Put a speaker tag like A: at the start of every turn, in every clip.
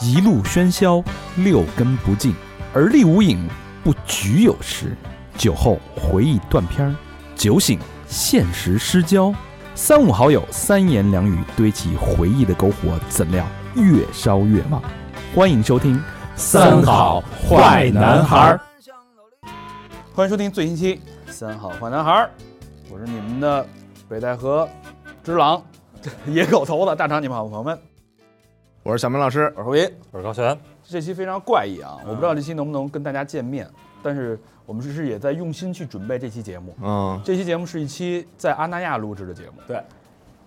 A: 一路喧嚣，六根不净，而立无影，不局有时。酒后回忆断片儿，酒醒现实失焦。三五好友，三言两语堆起回忆的篝火，怎料越烧越旺。欢迎收听《
B: 儿。
A: 欢迎收听最新期《三好坏男孩》，儿》，我是你们的北戴河之狼， 野狗头子大肠，你们好朋友们，
B: 我是小明老师，
A: 我是胡一。
C: 我是高璇，嗯
A: 这期非常怪异啊，我不知道这期能不能跟大家见面，但是我们是是也在用心去准备这期节目。
B: 嗯，
A: 这期节目是一期在阿那亚录制的节目，
C: 对，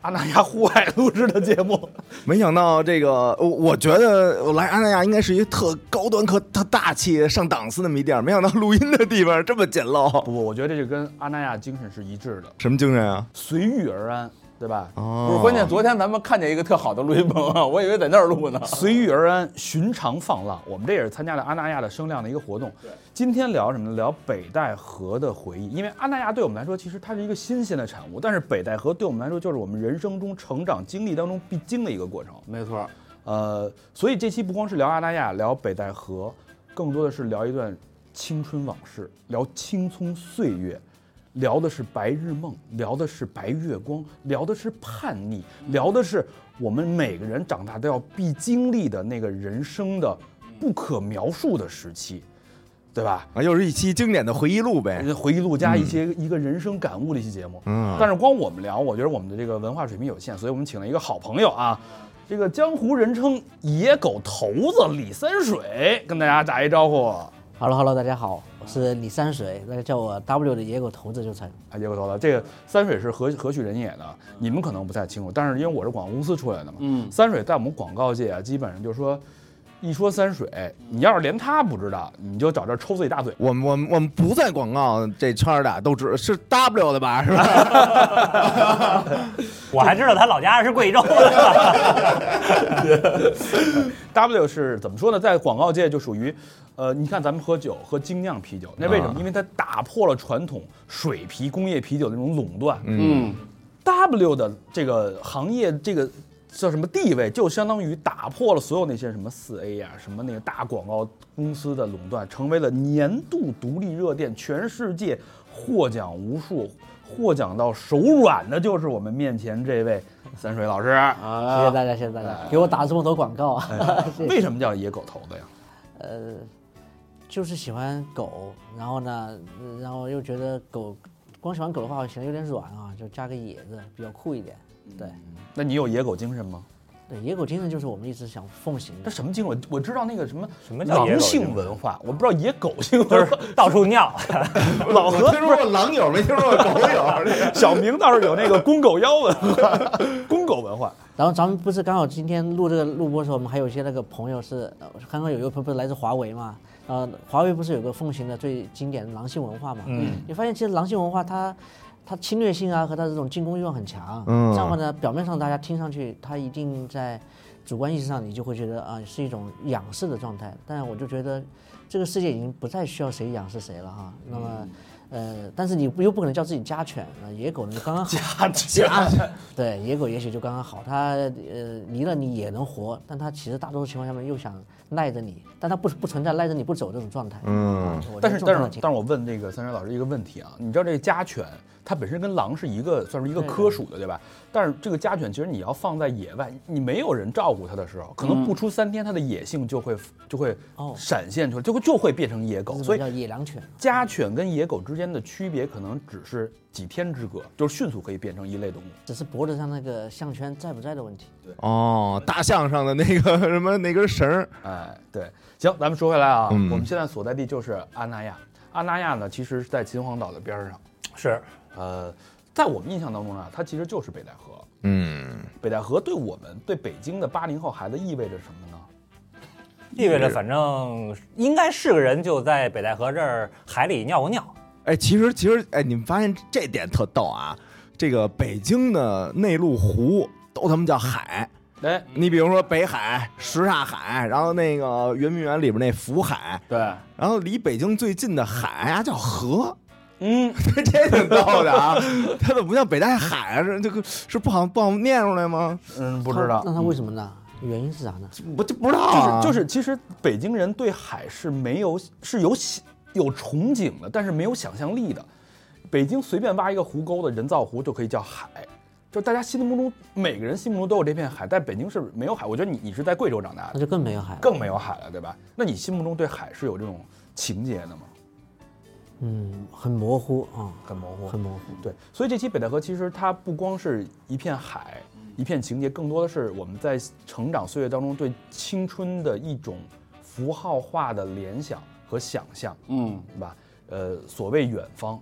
A: 阿那亚户外录制的节目，
B: 没想到这个，我我觉得我来阿那亚应该是一特高端、可特大气、上档次那么一地儿，没想到录音的地方这么简陋。
A: 不不，我觉得这就跟阿那亚精神是一致的，
B: 什么精神啊？
A: 随遇而安，对吧？
B: 哦
D: 不是，关键昨天咱们看见一个特好的录音棚啊，我以为在那儿录呢。
A: 随遇而安，寻常放浪。我们这也是参加了阿那亚的声量的一个活动。今天聊什么呢？聊北戴河的回忆，因为阿那亚对我们来说，其实它是一个新鲜的产物，但是北戴河对我们来说，就是我们人生中成长经历当中必经的一个过程。
D: 没错，
A: 呃，所以这期不光是聊阿那亚，聊北戴河，更多的是聊一段青春往事，聊青葱岁月，聊的是白日梦，聊的是白月光，聊的是叛逆，聊的是我们每个人长大都要必经历的那个人生的不可描述的时期，对吧？
B: 啊，又是一期经典的回忆录呗。
A: 回忆录加一些一个人生感悟的一期节目。
B: 嗯
A: 但是光我们聊，我觉得我们的这个文化水平有限，所以我们请了一个好朋友啊，这个江湖人称野狗头子李三水，跟大家打一招呼。
E: h e l l o h e l l o 大家好，我是李山水，大家叫我 W 的野狗头子就成。
A: 啊，野狗头子，这个三水是何何许人也呢？你们可能不太清楚，但是因为我是广告公司出来的嘛，
D: 嗯
A: 三水在我们广告界啊，基本上就是说，一说三水，你要是连他不知道，你就找这儿抽自己大嘴。
B: 我们我们我们不在广告这圈儿的，都知是 W 的吧？是吧？
C: 我还知道他老家是贵州的。
A: W 是怎么说呢？在广告界就属于，呃，你看咱们喝酒喝精酿啤酒，那为什么？
B: 啊
A: 因为它打破了传统水啤工业啤酒的那种垄断。
D: 嗯，
A: W 的这个行业这个叫什么地位，就相当于打破了所有那些什么四 A 呀、什么那个大广告公司的垄断，成为了年度独立热电，全世界获奖无数，获奖到手软的就是我们面前这位三水老师。
E: 谢谢大家，谢谢大家，给我打这么多广告 啊！谢谢。
A: 为什么叫野狗头子呀？
E: 呃，就是喜欢狗，然后呢，呃然后又觉得狗，光喜欢狗的话，显得有点软啊，就加个野字比较酷一点。对，
A: 那你有野狗精神吗？
E: 对，野狗精神就是我们一直想奉行
A: 这
E: 的。
A: 什么精神？我我知道那个什么
C: 什么叫野
A: 狼
C: 狗
A: 性
C: 性
A: 文化，我不知道野狗性
C: 就
A: 文化。
C: 是到处尿，
A: 老
B: 我
A: 何
B: 听说过狼友，没听说过狗友。
A: 小明倒是有那个公狗腰文化， 公狗文化。
E: 然后咱们不是刚好今天录这个录播的时候，我们还有一些那个朋友是，呃刚刚有一个朋友不是来自华为嘛，呃，华为不是有个奉行的最经典的狼性文化嘛？
C: 嗯，
E: 你发现其实狼性文化它它侵略性啊和它这种进攻欲望很强，
B: 嗯
E: 这样的话呢，表面上大家听上去它一定在主观意识上你就会觉得啊、是一种仰视的状态，但我就觉得这个世界已经不再需要谁仰视谁了哈，那么。
A: 嗯
E: 呃，但是你不又不可能叫自己家犬啊，野狗呢就刚刚好，
A: 家
E: 对，野狗也许就刚刚好，它呃离了你也能活，但它其实大多数情况下面又想赖着你，但它不不存在赖着你不走这种状态。啊
B: 嗯，
E: 我觉得
A: 但是
E: 这种
A: 但
E: 状态
A: 是
E: 挺
A: 但是我问这个三水老师一个问题啊，你知道这个家犬它本身跟狼是一个算是一个
E: 对
A: 科属的对吧？但是这个家犬其实你要放在野外，你没有人照顾它的时候，可能不出三天它的野性就会就会
E: 哦
A: 闪现出来，就会就会变成野狗。
E: 这
A: 所
E: 种
A: 以
E: 叫野狼犬。
A: 家犬跟野狗之间的区别可能只是几天之隔，就是迅速可以变成一类动物。
E: 只是脖子上那个项圈在不在的问题。
B: 哦，大象上的那个什么那根绳儿，
A: 哎，对，行，咱们说回来啊，
B: 嗯
A: 我们现在所在地就是阿那亚。阿那亚呢，其实是在秦皇岛的边儿上。
C: 是
A: 呃，在我们印象当中啊，它其实就是北戴河。
B: 嗯，
A: 北戴河对我们对北京的八零后孩子意味着什么呢？
C: 意味着反正应该是个人就在北戴河这儿海里尿过尿。
B: 哎，其实其实哎，你们发现这点特逗啊！这个北京的内陆湖都他妈叫海，
A: 哎，
C: 嗯
B: 你比如说北海、什刹海，然后那个圆明园里边那福海，
A: 对，
B: 然后离北京最近的海啊呀、叫河，
A: 嗯，
B: 这挺逗的啊！它怎么不叫北戴海啊？这这个是不好不好念出来吗？
A: 嗯，不知道
E: 那，他为什么呢？原因是啥呢？
B: 不就不知道
D: 就是
B: 啊？
D: 就是，其实北京人对海是没有是有喜有憧憬的，但是没有想象力的。北京随便挖一个湖沟的人造湖就可以叫海，就大家心目中每个人心目中都有这片海，但北京是没有海。我觉得你你是在贵州长大
E: 那
D: 的，
E: 就更没有海了。
D: 更没有海了，对吧？那你心目中对海是有这种情节的吗？
E: 嗯，很模糊啊，
D: 很模糊
E: 很模糊。
F: 嗯
D: 对，所以这期北戴河其实它不光是一片海，
F: 嗯
D: 一片情节，更多的是我们在成长岁月当中对青春的一种符号化的联想和想象，
F: 嗯，
D: 对吧？呃，所谓远方，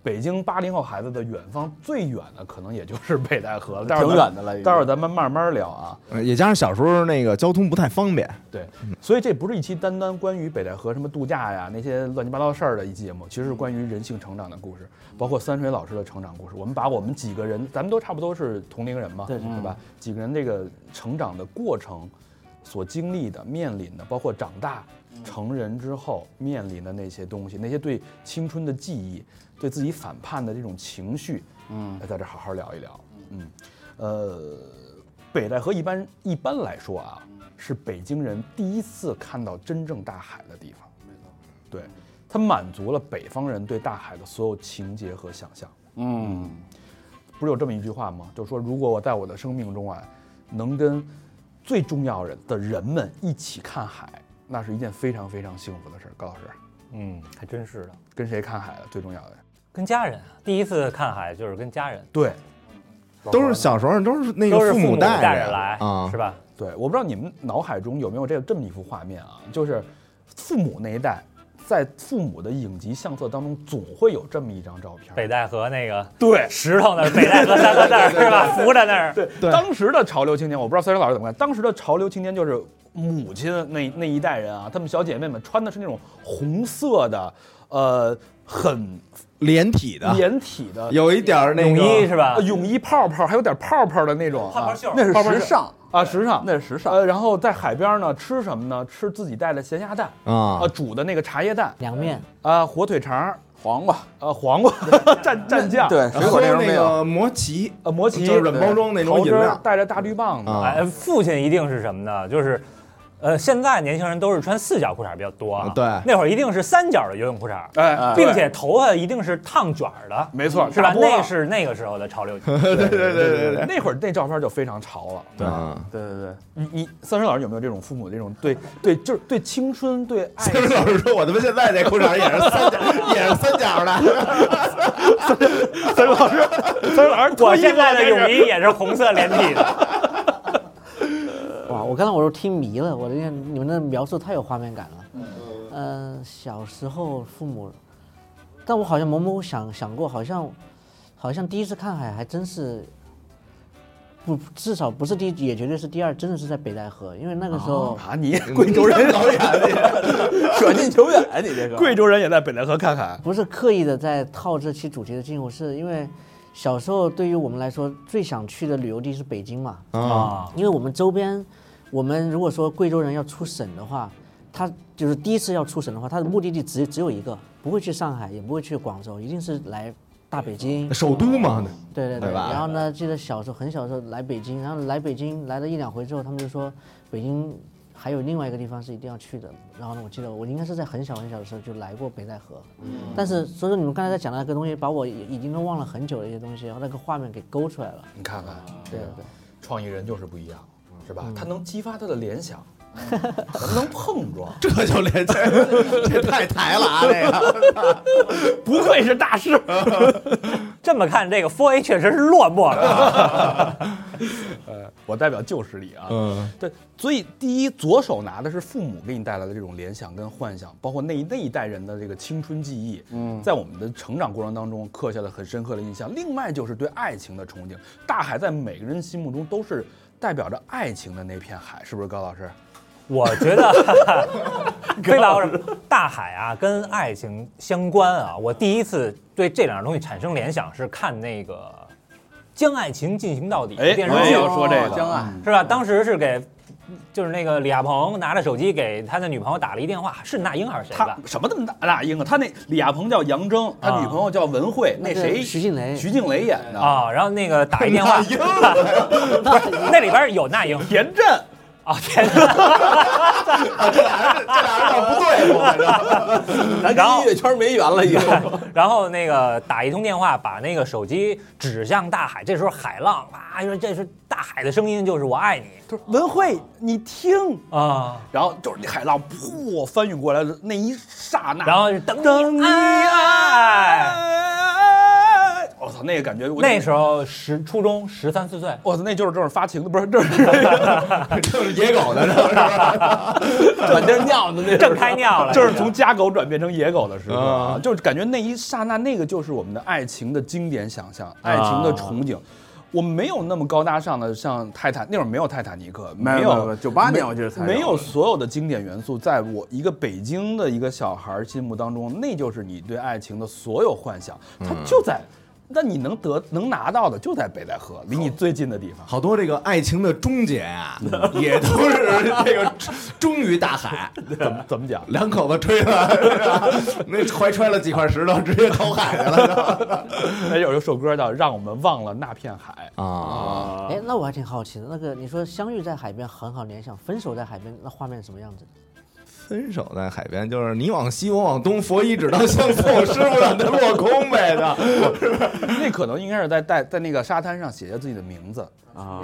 D: 北京八零后孩子的远方最远的可能也就是北戴河了，待会儿
F: 挺
D: 咱
F: 远的了已经
D: 待会儿咱们慢慢聊啊。
B: 呃也加上小时候那个交通不太方便，
D: 对，所以这不是一期单单关于北戴河什么度假呀那些乱七八糟的事儿的一期节目，其实是关于人性成长的故事，包括三水老师的成长故事。我们把我们几个人，咱们都差不多是同龄人嘛，
E: 对
D: 对吧？几个人这个成长的过程，所经历的、面临的，包括长大成人之后面临的那些东西，那些对青春的记忆，对自己反叛的这种情绪，嗯，在这好好聊一聊，嗯，呃，北戴河一般一般来说啊，是北京人第一次看到真正大海的地方，对，它满足了北方人对大海的所有情节和想象。
F: 嗯，
D: 不是有这么一句话吗？就说如果我在我的生命中啊，能跟最重要人的人们一起看海，那是一件非常非常幸福的事儿。高老师，
C: 嗯，还真是的。
D: 跟谁看海最重要的？
C: 跟家人，第一次看海就是跟家人，
D: 对，
B: 都是小时候都是那
C: 都
B: 个
C: 是父
B: 母
C: 带
B: 带
C: 着来，
B: 啊
C: 是，吧？
D: 对，我不知道你们脑海中有没有这这么一幅画面啊，就是父母那一代，在父母的影集相册当中，总会有这么一张照片。
C: 北戴河那个
D: 对
C: 石头那儿，北戴河三个字儿是吧？扶着那儿，
D: 对，
B: 对
D: 当时的潮流青年，我不知道三水老师怎么看，当时的潮流青年就是母亲那那一代人啊，她们小姐妹们穿的是那种红色的，呃，很
B: 连体
F: 啊
B: 的，
D: 连体的。
B: 有一点儿那
C: 泳衣
B: 个啊
C: 是吧
D: 呃？泳衣泡泡，还有点泡泡的那种、啊，
C: 泡泡袖
F: 那是
D: 泡泡袖
F: 时尚，
D: 啊，时尚，
F: 那是时尚。
D: 呃，然后在海边呢，吃什么呢？吃自己带的咸鸭蛋
B: 啊
C: 哦
D: 啊，煮的那个茶叶蛋
E: 两面
D: 啊，火腿肠
F: 黄瓜，
D: 啊，黄瓜 蘸蘸酱，
F: 对，水果那时候
B: 喝
F: 没
B: 那
F: 有。
B: 个魔奇，
D: 呃，摩奇
B: 就是软包装那种
D: 桃
B: 饮
D: 汁儿
B: 料
D: 带着大绿棒子
B: 啊
C: 哎，父亲一定是什么呢？就是，呃，现在年轻人都是穿四角裤衩比较多啊
B: 啊。对
C: 那会儿一定是三角的游泳裤衩，
D: 哎，
F: 啊
D: 对
C: 并且头发一定是烫卷儿的，
D: 没错，
C: 是
D: 大
C: 吧？
D: 波浪
C: 那是那个时候的潮流。
D: 对对对对对，那会儿那照片就非常潮了。
B: 啊，
F: 对对对，
D: 你你三生老师有没有这种父母这种对对就是对青春对爱
B: 三水老师说，我他妈现在那裤衩也是三角，也是三角的，
D: 三生老师，三生老师
C: 我
D: 脱衣服
C: 现在的
D: 这
C: 泳
D: 是
C: 衣也是红色连体的，
E: 哇！我刚才我都听迷了，我的天，你们的描述太有画面感了。嗯、呃，小时候父母，但我好像模模想想过，好像好像第一次看海还真是不，至少不是第一，也绝对是第二，真的是在北戴河，因为那个时
F: 哦
E: 候、
D: 啊，你贵州人
B: 嗯老远
F: 舍近求
D: 啊
F: 远，你这是
D: 贵州人也在北戴河看海，
E: 不是刻意的在套这期主题的进入，是因为小时候对于我们来说最想去的旅游地是北京嘛，
B: 啊，
E: 因为我们周边，我们如果说贵州人要出省的话，他就是第一次要出省的话，他的目的地只只有一个，不会去上海，也不会去广州，一定是来大北京。
B: 首都嘛，
E: 对对对。
B: 对吧
E: 然后呢，记得小时候很小时候来北京，然后来北京来了一两回之后，他们就说北京还有另外一个地方是一定要去的。然后呢，我记得我应该是在很小很小的时候就来过北戴河，但是所以说你们刚才在讲的那个东西，把我已已经都忘了很久的一些东西，然后那个画面给勾出来了。
D: 你看看这
E: 对
D: 个啊创意人就是不一样，是
B: 嗯
D: 吧？他能激发他的联想，咱们能碰 撞，
B: 这就连 这这太抬了啊，这个
D: 不愧是大师。
C: 这么看，这个 Four A 确实是落寞了。
D: 呃，我代表旧势力啊，
B: 嗯，
D: 对，所以第一，左手拿的是父母给你带来的这种联想跟幻想，包括那一那一代人的这个青春记忆，嗯，在我们的成长过程当中刻下了很深刻的印象。另外就是对爱情的憧憬，大海在每个人心目中都是代表着爱情的那片海，是不是高老师？
C: 我觉得，可以把我大海啊跟爱情相关啊，我第一次对这两样东西产生联想是看那个《将爱情进行到底》的电视
E: 哎
D: 我也
C: 剧。
D: 要说这个
F: 江爱，
C: 是吧？当时是给，就是那个李亚鹏拿着手机给他的女朋友打了一电话，是那英还是谁
D: 他
C: 吧？
D: 什么这么大大英啊？他那李亚鹏叫杨铮，他
C: 啊
D: 女朋友叫文慧，
E: 那个
D: 谁
E: 徐静蕾
D: 徐静蕾演的，
C: 啊，然后那个打一电话，
B: 那英
C: 那里边有那英，
D: 田震
C: 啊 天哪！
B: 哎这俩人倒不对付，反正
A: 咱跟
C: 然后
A: 音乐圈没缘了，已经。
C: 然后那个打一通电话，把那个手机指向大海。这时候海浪啊，就说这是大海的声音，就是我爱你
D: 他说文慧，你听，
C: 啊。
D: 然后就是那海浪噗翻涌过来的那一刹那，
C: 然后是等
D: 等你
C: 你爱。
D: 爱，我操，那个感觉，我
C: 那时候十初中十三四岁，
D: 我操，那就是正是发情的，不是正是
B: 就是 野狗的，这
A: 满地儿尿的那
C: 正
A: 种。
C: 开尿了，
D: 就是从家狗转变成野狗的时候，
B: 啊
D: 啊，就是感觉那一刹那，那个就是我们的爱情的经典想象，爱情
A: 啊
D: 的憧憬。我们没有那么高大上的，像泰坦那会儿没有泰坦尼克，
A: 没有
D: 没
A: 没有98年我记得才有
D: 没有所有的经典元素，在我一个北京的一个小孩儿心目当中，那就是你对爱情的所有幻想，
A: 嗯
D: 它就在，那你能得能拿到的就在北戴河，离你最近的 地方。
B: 好多这个爱情的终结啊，
D: 嗯
B: 也都是这个终于大海，
D: 怎么怎么讲？
B: 两口子吹了，是吧那怀揣了几块石头，直接投海去了
D: 那哎有一首歌叫《让我们忘了那片海》。
B: 啊！
E: 哎，那我还挺好奇的，那个你说相遇在海边很好联想，分手在海边那画面是什么样子？
B: 分手在海边，就是你往西，我往东，佛一指到相送，师傅让他落空呗的。
D: 那可能应该是在在在那个沙滩上写下自己的名字，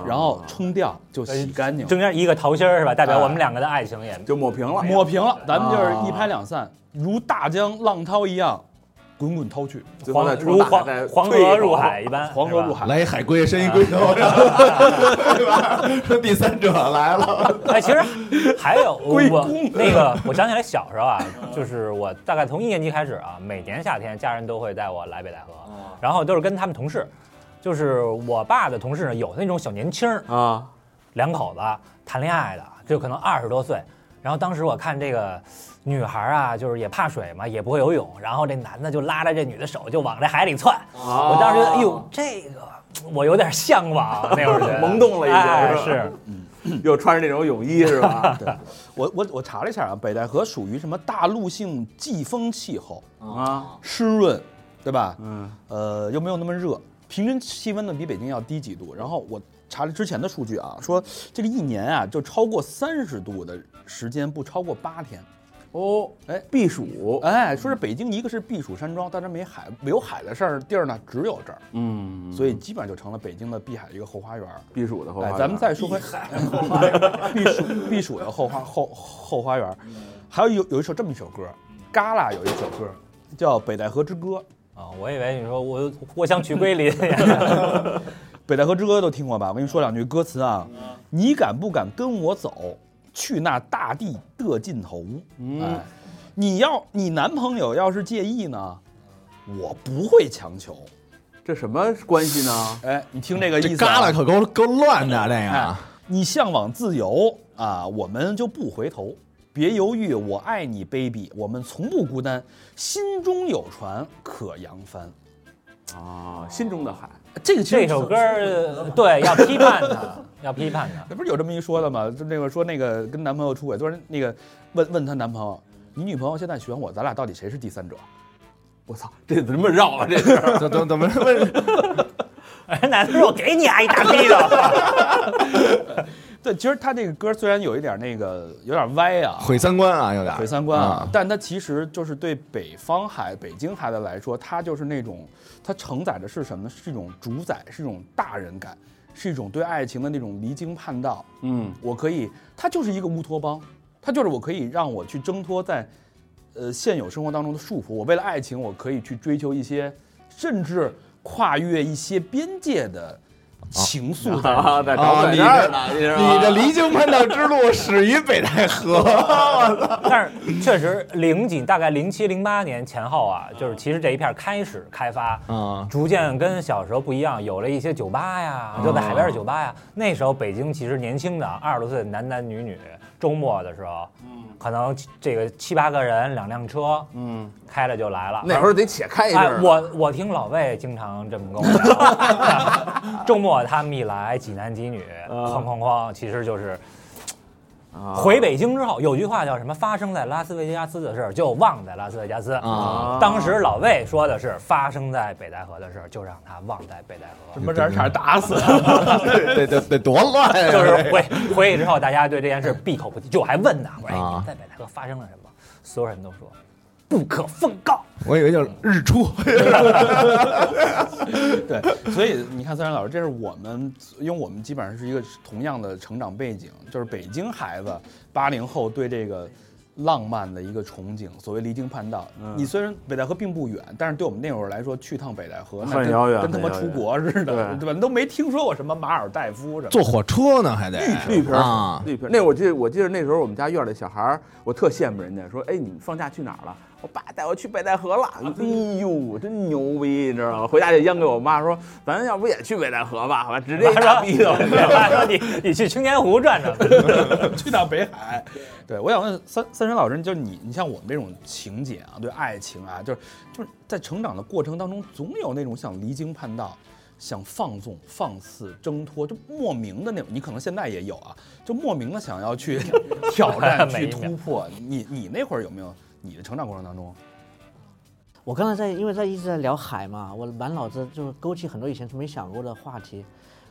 D: 然后冲掉就洗干净，
C: 中间一个桃心儿是吧？代表我们两个的爱情也
A: 就抹平了，
D: 抹平了，咱们就是一拍两散，如大江浪涛一样滚滚滔去，
A: 最后
C: 黄
A: 再冲
C: 如
A: 大海
C: 黄
A: 再
C: 黄
A: 退一
C: 河
A: 口
C: 入海一般，
D: 黄河入
C: 海。
D: 海。
B: 来一海龟，伸一龟头， 对吧？说第三者来 了，
C: 哎，其实还有
D: 归
C: 我
D: 功
C: 那个，我想起来小时候啊，就是我大概从一年级开始啊，每年夏天家人都会带我来北戴河，
A: 哦
C: 然后都是跟他们同事，就是我爸的同事呢，有那种小年轻儿
A: 啊，
C: 两口子谈恋爱的，就可能二十多岁。然后当时我看这个女孩啊，就是也怕水嘛，也不会游泳，然后这男的就拉着这女的手就往这海里窜。
A: 哦
C: 我当时觉得，哎呦，这个我有点向往，那会儿觉 得
A: 萌动了已经
C: 哎
A: 是吧
C: 是
A: 又穿着那种泳衣是吧？对
D: 我我我查了一下啊，北戴河属于什么大陆性季风气候，
A: 啊，
D: 湿润，对吧？
A: 嗯，
D: 呃，又没有那么热，平均气温呢比北京要低几度。然后我查了之前的数据啊，说这个一年啊就超过三十度的时间不超过八天。
A: 哦，哎，避暑，
D: 哎，说是北京一个是避暑山庄，但是没海，没有海的事儿地儿呢，只有这儿，
A: 嗯，
D: 所以基本上就成了北京的碧海一个后花园儿。
A: 避暑的后花
D: 哎，
A: 园
D: 咱们再说回 避暑避暑的后花后后花园儿，
A: 嗯
D: 还有有有一首这么一首歌，嘎啦有一首歌叫《北戴河之歌》，
C: 啊，我以为你说我我想娶桂 林，
D: 北戴河之歌都听过吧？我跟你说两句歌词啊，
A: 嗯
D: 你敢不敢跟我走，去那大地的尽头？
A: 嗯
D: 哎，你要你男朋友要是介意呢，我不会强求。
A: 这什么关系呢？
D: 哎，你听这个意
B: 这
D: 思、啊，
B: 旮旯可够够乱的，这
D: 哎
B: 个。，
D: 你向往自由啊，我们就不回头。别犹豫，我爱你，baby，我们从不孤单，心中有船可扬帆。哦
A: 啊，心中的海，
D: 这个其实
C: 这首歌儿对要批判他，要批判他。
D: 那不是有这么一说的吗？就那个说那个跟男朋友出轨，就是那个问问她男朋友，你女朋友现在喜欢我，咱俩到底谁是第三者？
A: 我操，这怎么绕啊？这是
B: 怎怎怎么问？
C: 哎，男的说：“我给你挨一大逼 的。
D: 对，其实他这个歌虽然有一点那个有点歪啊，
B: 毁三观啊，有点
D: 毁三观啊！但它其实就是对北方孩、北京孩子来说，它就是那种它承载的是什么呢？是一种主宰，是一种大人感，是一种对爱情的那种离经叛道。
A: 嗯，
D: 我可以，它就是一个乌托邦，它就是我可以让我去挣脱在呃现有生活当中的束缚。我为了爱情，我可以去追求一些，甚至跨越一些边界的情愫在里 面
A: 啊，在找
B: 啊，
A: 北
B: 你
A: 这儿
B: 这
A: 呢，你
B: 你的
A: 这
B: 离经叛道之路始于北戴河，
C: 但是确实，零几大概零七零八年前后啊，就是其实这一片儿开始开发，
B: 啊
A: 嗯
C: 逐渐跟小时候不一样，有了一些酒吧呀，就在海
A: 嗯
C: 边的酒吧呀。那时候北京其实年轻的二十多岁的男男女女，周末的时候，可能这个七八个人，两辆车，嗯，开了就来了。
A: 那时候得且开一阵
C: 哎
A: 儿，，
C: 我我听老魏经常这么跟我
A: 嗯
C: 讲，周末他们一来，几男几女，哐哐哐，其实就是
B: 啊
C: 回北京之后，有句话叫什么？发生在拉斯维加斯的事儿，就忘在拉斯维加斯。
B: 啊
C: 当时老魏说的是发生在北戴河的事儿，就让他忘在北戴 河。
D: 么让人差点打死。
B: 得得得多乱呀！
C: 就是回回去之后，大家对这件事闭口不提。就我还问他，我说、
B: 啊
C: 哎、在北戴河发生了什么？所有人都说不可奉 告。
B: 我以为叫日出，
A: 对，所以你看，三然老师，这是我们，因为我们基本上是一个同样的成长背景，就是北京孩子八零后对这个浪漫的一个憧憬，所谓离经叛道。
D: 嗯
A: 你虽然北戴河并不远，但是对我们那会儿来说，去趟北戴河那
D: 很
A: 真
D: 遥远
A: 跟他妈
D: 很遥
A: 出
D: 远
A: 国似的，
D: 对
A: 对吧？你都没听说过什么马尔代夫什么的。
B: 坐火车呢还得
D: 绿皮儿
B: 啊，，
D: 绿皮儿。那会儿我记得，我记得那时候我们家院里小孩儿，我特羡慕人家，说：“哎，你们放假去哪儿了？”我爸带我去北戴河了。哎呦，真牛逼，你知道吗？回家就央给我妈说：“咱要不也去北戴河吧？”完直接一大逼的。
C: 他说你你去青年湖转转吧。
A: 去趟北海。对，我想问三三神老师，就是你，你像我们这种情节啊，对爱情啊，就是就是在成长的过程当中，总有那种想离经叛道、想放纵、放肆、挣脱，就莫名的那种。你可能现在也有啊，就莫名的想要去挑战、
C: 每
A: 去
C: 一秒
A: 突破。你你那会儿有没有？你的成长过程当中，
E: 我刚才在，因为在一直在聊海嘛，我满脑子就勾起很多以前没想过的话题。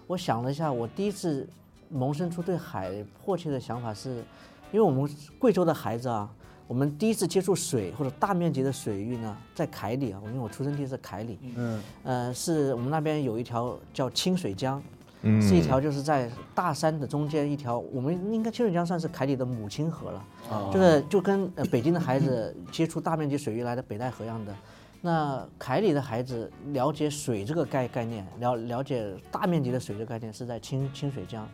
E: 我想了一下，我第一次萌生出对海迫切的想法是，因为我们贵州的孩子啊，我们第一次接触水或者大面积的水域呢，在凯里啊，因为我出生地是凯里，嗯，呃，是我们那边有一条叫清水江，是一条就是在大山的中间一条，我们应该清水江算是凯里的母亲河了，就是就跟呃北京的孩子接触大面积水域来的北戴河一样的。那凯里的孩子了解水这个概概念，了了解大面积的水这个概念是在清清水江，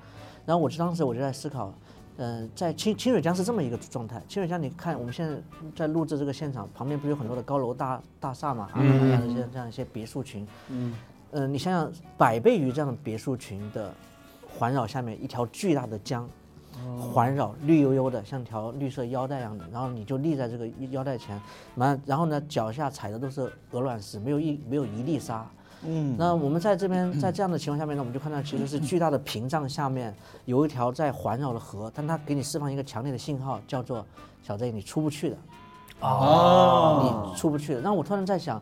E: 然后我当时我就在思考，呃，在清清水江是这么一个状态。清水江，你看我们现在在录制这个现场，旁边不是有很多的高楼大大厦嘛，啊，这样一些这样一些别墅群，嗯，呃，你想想百倍于这样的别墅群的环绕下面一条巨大的江，环绕绿油油的，像条绿色腰带一样的，然后你就立在这个腰带前，完，然后呢，脚下踩的都是鹅卵石，没有一没有一粒沙。嗯，那我们在这边，在这样的情况下面呢，我们就看到其实是巨大的屏障下面有一条在环绕的河，但它给你释放一个强烈的信号，叫做小 Z 你出不去的，
A: 啊
C: 哦，
E: 你出不去的。那我突然在想，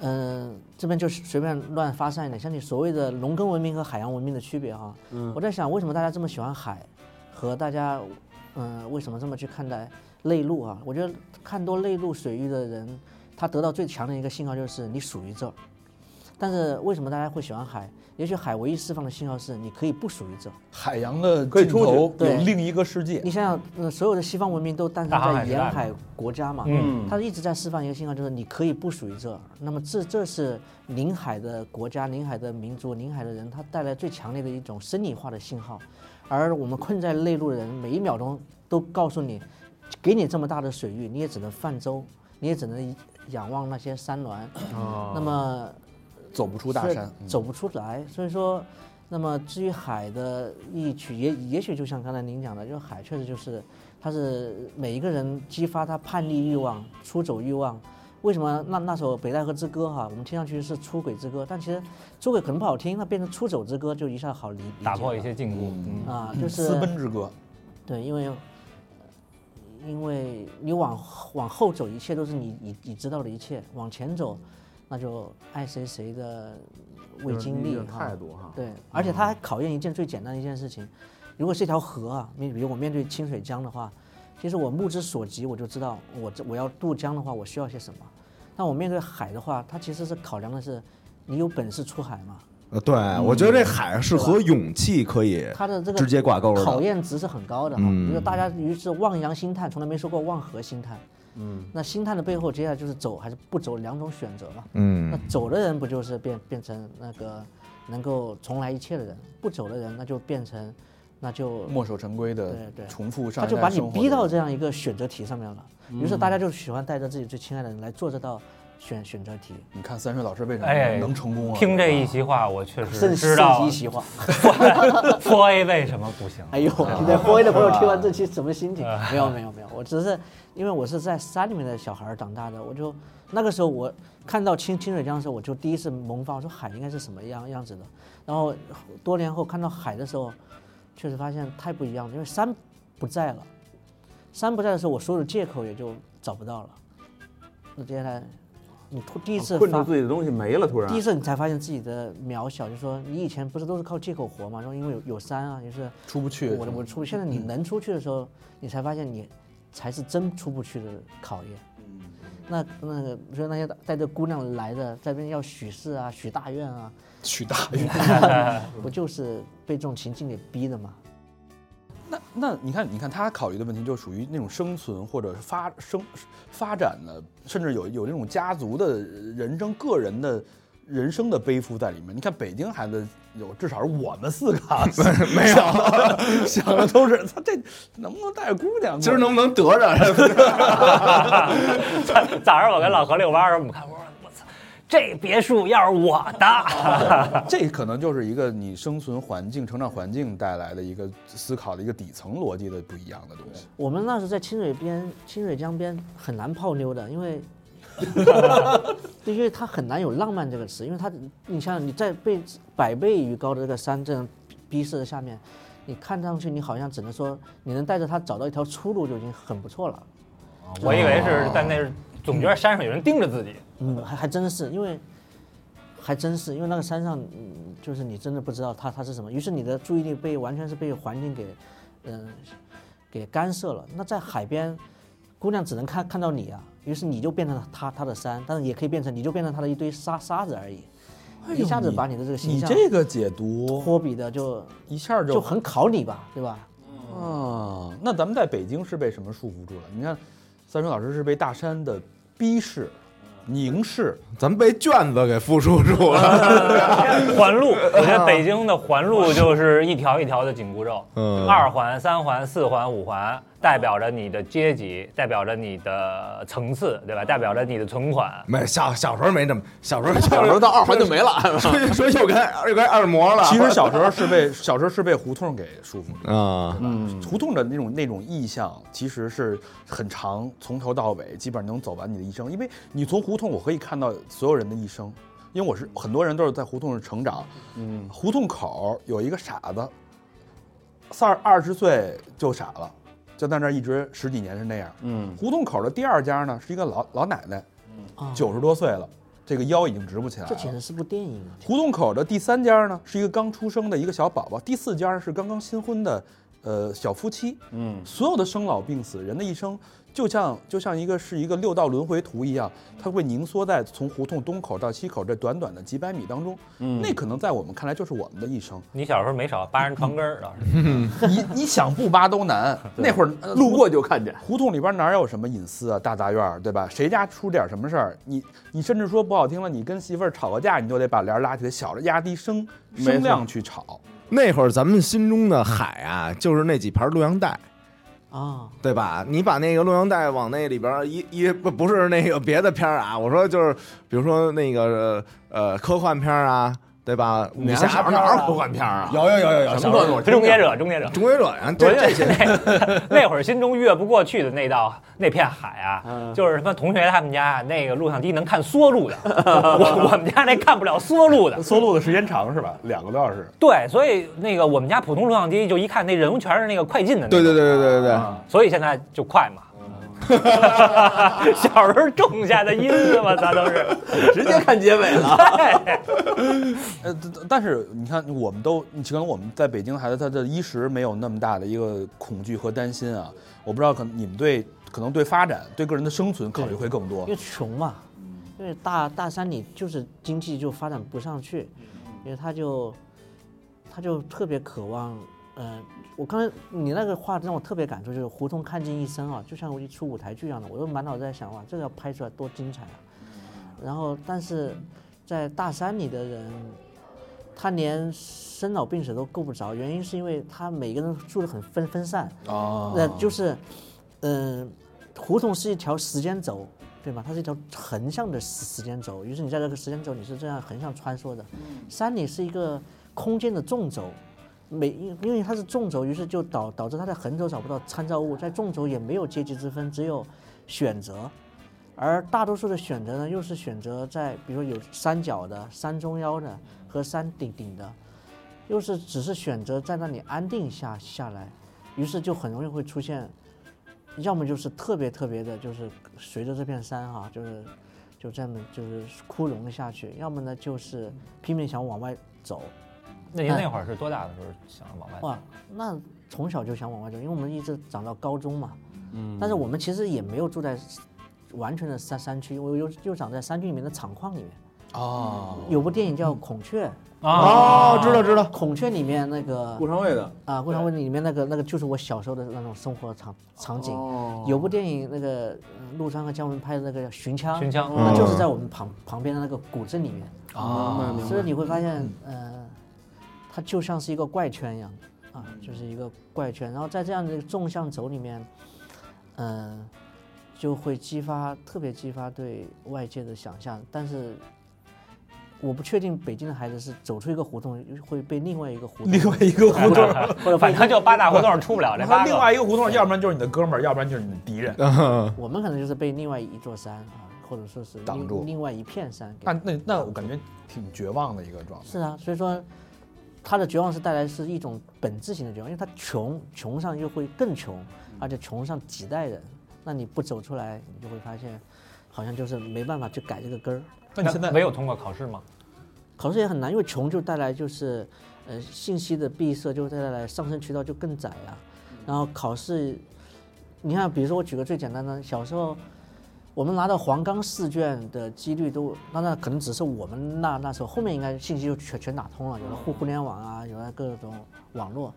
E: 嗯、这边就是随便乱发散一点，像你所谓的农耕文明和海洋文明的区别哈、我在想为什么大家这么喜欢海，和大家，嗯、为什么这么去看待内陆啊？我觉得看多内陆水域的人，他得到最强的一个信号就是你属于这儿。但是为什么大家会喜欢海？也许海唯一释放的信号是你可以不属于这儿。
A: 海洋的
D: 可以
A: 尽
D: 出去
A: 头有
E: 对
A: 另一个世界。
E: 你想想，呃，所有的西方文明都诞
C: 大
E: 生
C: 航海
E: 在
C: 时
E: 沿
C: 代
E: 海国家嘛，
C: 嗯
E: 它一直在释放一个信号，就是你可以不属于这儿。那么这这是临海的国家、临海的民族、临海的人，它带来最强烈的一种生理化的信号。而我们困在内陆的人，每一秒钟都告诉你，给你这么大的水域，你也只能泛舟，你也只能仰望那些山峦。
C: 哦
E: 那么
A: 走不出大
E: 是
A: 山，嗯
E: 走不出来。所以说，那么至于海的意趣，也也许就像刚才您讲的，就是海确实就是它是每一个人激发他叛逆欲望、出走欲望。为什么那那首《北戴河之歌》哈，我们听上去是出轨之歌，但其实出轨可能不好听，那变成出走之歌就一下好理理解
C: 打破
E: 了
C: 一些禁
B: 嗯
C: 锢。嗯
E: 啊，
D: 嗯
E: 就是
A: 嗯私奔之歌，
E: 对，因为因为你往后往后走，一切都是你你你知道的一切；往前走，那就爱谁谁的未经历
D: 就是那个
E: 哈
D: 态度哈
E: 对，而且它还考验一件最简单的一件事情：如果是一条河啊，你比如我面对清水江的话，其实我目之所及，我就知道我这我要渡江的话，我需要些什么。但我面对海的话，它其实是考量的是你有本事出海嘛，
B: 呃对，我觉得这海是和勇气可以
E: 它的这个
B: 直接挂钩嗯
E: 考
B: 的。
E: 验值是很高的哈，就是大家于是望洋兴叹，从来没说过望河兴叹。嗯，那兴叹的背后，接下来就是走还是不走两种选择嘛。那
B: 嗯，
E: 走的人不就是变变成那个能够重来一切的人？不走的人那就变成，那就
A: 墨守成规的
E: 对对
A: 重复上
E: 他
A: 一
E: 就
A: 代
E: 把你
A: 生活
E: 逼
A: 的
E: 到这样一个选择题上面了。
B: 嗯
E: 于是大家就喜欢带着自己最亲爱的人来做这道选选择题，
A: 你看三水老师为什
C: 哎
A: 么能成功啊？
C: 听这一席话，我确
E: 甚至
C: 实知道
E: 一 席话。
C: 佛 A 为什么不行。
E: 哎呦，
G: 啊
E: 你在播音的朋友听完这期什么心情？没有没有没有，我只是因为我是在山里面的小孩儿长大的，我就那个时候我看到清清水江的时候，我就第一次萌发，我说海应该是什么样样子的。然后多年后看到海的时候，确实发现太不一样了，因为山不在了。三不在的时候，我所有的借口也就找不到了。那接下来，你突第一次
G: 啊困
E: 发
G: 住自己的东西没了，突然
E: 第一次你才发现自己的渺小，就是说你以前不是都是靠借口活嘛，说因为有有山啊，就是
D: 出不去
E: 我
D: 是吗
E: 我出不去。现在你能出去的时候，你才发现你才是真出不去的考验。嗯那那个，所以那些带着姑娘来的，在那边要许誓啊、许大愿啊，
D: 许大愿。
E: 不就是被这种情境给逼的嘛？
D: 那那你看，你看他考虑的问题就属于那种生存或者是发生发展的，甚至有有那种家族的人生、个人的人生的背负在里面。你看北京孩子有，至少是我们四个啊
B: 没有
D: 想的想的都是他这能不能带着姑娘过来？
B: 今儿能不能得着？
C: 早上我跟老何遛弯儿，我们看，我说我操，这别墅要是我的，
D: 这可能就是一个你生存环境、成长环境带来的一个思考的一个底层逻辑的不一样的东西。
E: 我们那时候在清水边、清水江边很难泡妞的，因为，因为它很难有浪漫这个词，因为它，你想想你在被百倍于高的这个山这样逼视的下面，你看上去你好像只能说你能带着他找到一条出路就已经很不错了。
C: 我以为是在那儿，总觉得山上有人盯着自己。
E: 嗯，还还真是，因为还真是因为那个山上，嗯，就是你真的不知道它它是什么，于是你的注意力被完全是被环境给，嗯、给干涉了。那在海边，姑娘只能看看到你啊，于是你就变成了她她的山，但是也可以变成你就变成她的一堆沙沙子而已，一下子把哎你的这个形
D: 你
E: 象
D: 这个解读
E: 托比的就
D: 一下
E: 就很考你吧，对吧？
D: 啊，那咱们在北京是被什么束缚住了？你看，三水老师是被大山的逼视、凝视，
B: 咱们被卷子给付出 住了。
C: 环路，我觉得北京的环路就是一条一条的紧箍咒，
B: 嗯
C: 二环、三环、四环、五环，代表着你的阶级，代表着你的层次，对吧？代表着你的存款。
B: 没小小时候没这么，小时候
G: 小时候到二环就没了。
B: 说说又该又该二模了。
D: 其实小时候是被小时候是被胡同给束缚住。
B: 啊，
D: 胡同的那种那种意象，其实是很长，从头到尾基本上能走完你的一生。因为你从胡同，我可以看到所有人的一生。因为我是很多人都是在胡同成长，嗯，胡同口有一个傻子，三二十岁就傻了，就在那儿一直十几年是那样。
G: 嗯，
D: 胡同口的第二家呢是一个老老奶奶，
E: 啊，
D: 九十多岁了，这个腰已经直不起来
E: 这简
D: 了。
E: 直是部电影啊！
D: 胡同口的第三家呢是一个刚出生的一个小宝宝，第四家是刚刚新婚的呃小夫妻。
G: 嗯，
D: 所有的生老病死，人的一生就像就像一个是一个六道轮回图一样，它会凝缩在从胡同东口到西口这短短的几百米当中。嗯，那可能在我们看来就是我们的一生。
C: 你小时候没少扒人床根儿，倒是。
D: 你你想不扒都 难。那会儿呃
G: 路过就看见，
D: 胡同里边哪有什么隐私啊？大杂院儿，对吧？谁家出点什么事儿，你你甚至说不好听了，你跟媳妇儿吵个架，你都得把帘儿拉起来，小着压低声
G: 没错
D: 声量去吵。
B: 那会儿咱们心中的海啊，就是那几盘洛阳带。
E: 啊，
B: 对吧？你把那个洛阳带往那里边儿一一不不是那个别的片儿啊，我说就是比如说那个呃科幻片儿啊，对吧？武
G: 俩
B: 侠
G: 小
B: 片
G: 哪
B: 儿
G: 儿
B: 啊
G: 有科幻片儿啊？
B: 有有有有有，
G: 什么段落？
C: 终结者，终结者。
B: 终结者呀，
C: 我
B: 这
C: 觉
B: 这些
C: 得那那会儿心中越不过去的那道那片海啊，就是什么同学他们家那个录像机能看缩录的，我我们家那看不了缩录的。
D: 搜录的时间长是吧？两个多小时。
C: 对，所以那个我们家普通录像机就一看那人物全是那个快进的。
B: 对对对，对对对对，
C: 所以现在就快嘛。 小时候种下的因子嘛，咱都是。
G: 直接看结尾 了。
C: 哎
D: 呃，但但是你看，我们都，你可能我们在北京的孩子，他的衣食没有那么大的一个恐惧和担心啊。我不知道，可能你们对可能对发展、对个人的生存考虑会更多
E: 因。为穷嘛，因为大大山里就是经济就发展不上去，因为他就他就特别渴望，呃，我刚才你那个话让我特别感触，就是胡同看尽一生啊，就像一出舞台剧一样的，我都满脑子在想哇，这个要拍出来多精彩啊！然后，但是在大山里的人，他连生老病死都够不着，原因是因为他每个人住的很分分散，
D: 啊
E: 那就是，嗯、胡同是一条时间轴，对吗？它是一条横向的时时间轴，于是你在这个时间轴你是这样横向穿梭的。山里是一个空间的纵轴，每因因为它是纵轴，于是就导导致它在横轴找不到参照物，在纵轴也没有阶级之分，只有选择。而大多数的选择呢，又是选择在比如说有山脚的、山中腰的和山顶顶的，又是只是选择在那里安定下下来，于是就很容易会出现，要么就是特别特别的，就是随着这片山哈、就是就这么就是枯荣下去，要么呢就是拼命想往外走，
C: 那您那会儿是多大的时候想往外
E: 哇
C: 走？，
E: 那从小就想往外走，因为我们一直长到高中嘛。嗯。但是我们其实也没有住在完全的山山区，我又又长在山区里面的厂矿里面。哦。有部电影叫《孔雀》，
B: 哦，知道 知道，
E: 孔雀里面那个
D: 顾长卫的，
E: 啊，《共产问题》里面那个那个就是我小时候的那种生活场场景。有部电影那个呃陆川和姜文拍的那个叫《寻枪》，
C: 寻枪
E: 那就是在我们旁旁边的那个古镇里面。嗯
D: 啊，
E: 所以你会发现，呃，它就像是一个怪圈一样，啊，就是一个怪圈。然后在这样的纵向走里面，嗯，就会激发特别激发对外界的想象。但是我不确定北京的孩子是走出一个胡同会被另外一个胡同，
A: 另外一个胡同，
E: 或者被
C: 反正就八大胡同出不了这八
A: 另外
C: 个。
A: 一个胡同，要不然就是你的哥们儿，要不然就是你的敌
B: 嗯
A: 人。
G: 啊
E: 我们可能就是被另外一座山啊，或者说是
B: 挡
E: 另
B: 住
E: 另外一片山给
A: 那那那我感觉挺绝望的一个状态。
E: 是啊，所以说他的绝望是带来是一种本质性的绝望，因为他穷，穷上又会更穷，
B: 嗯
E: 而且穷上几代人，那你不走出来，你就会发现，好像就是没办法去改这个根儿。
A: 那你现在
C: 没有通过考试吗？
E: 考试也很难，因为穷就带来就是，呃，信息的闭塞，就带来上升渠道就更窄啊。
A: 嗯
E: 然后考试，你看，比如说我举个最简单的，小时候我们拿到黄冈试卷的几率都，那那可能只是我们那那时候，后面应该信息就全全打通了，有了
A: 嗯
E: 互互联网啊，有了各种网络。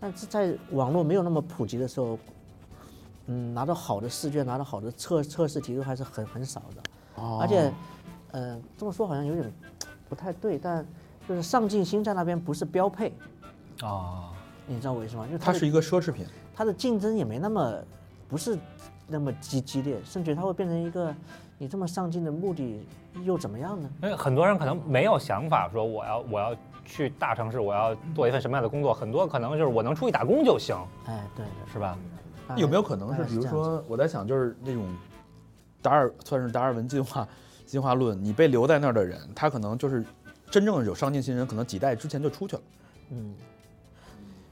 E: 但是在网络没有那么普及的时候，嗯，拿到好的试卷，拿到好的测测试题都还是很很少的。
A: 哦
E: 而且，呃，这么说好像有点不太对，但就是上进心在那边不是标配，
C: 啊，
E: 你知道我意思吗？因为
A: 哦它
E: 的
A: 是一个奢侈品，
E: 它的竞争也没那么不是那么激激烈，甚至它会变成一个你这么上进的目的又怎么样呢？
C: 因为很多人可能没有想法说我要我要去大城市，我要做一份什么样的工作，很多可能就是我能出去打工就行，
E: 哎，对对，
C: 是吧？
E: 大概
A: 有没有可能是，
E: 哎大概
A: 比如
E: 这样子
A: 说，我在想，就是那种达尔算是达尔文进化进化论，你被留在那儿的人，他可能就是真正有上进心人，可能几代之前就出去了。
E: 嗯，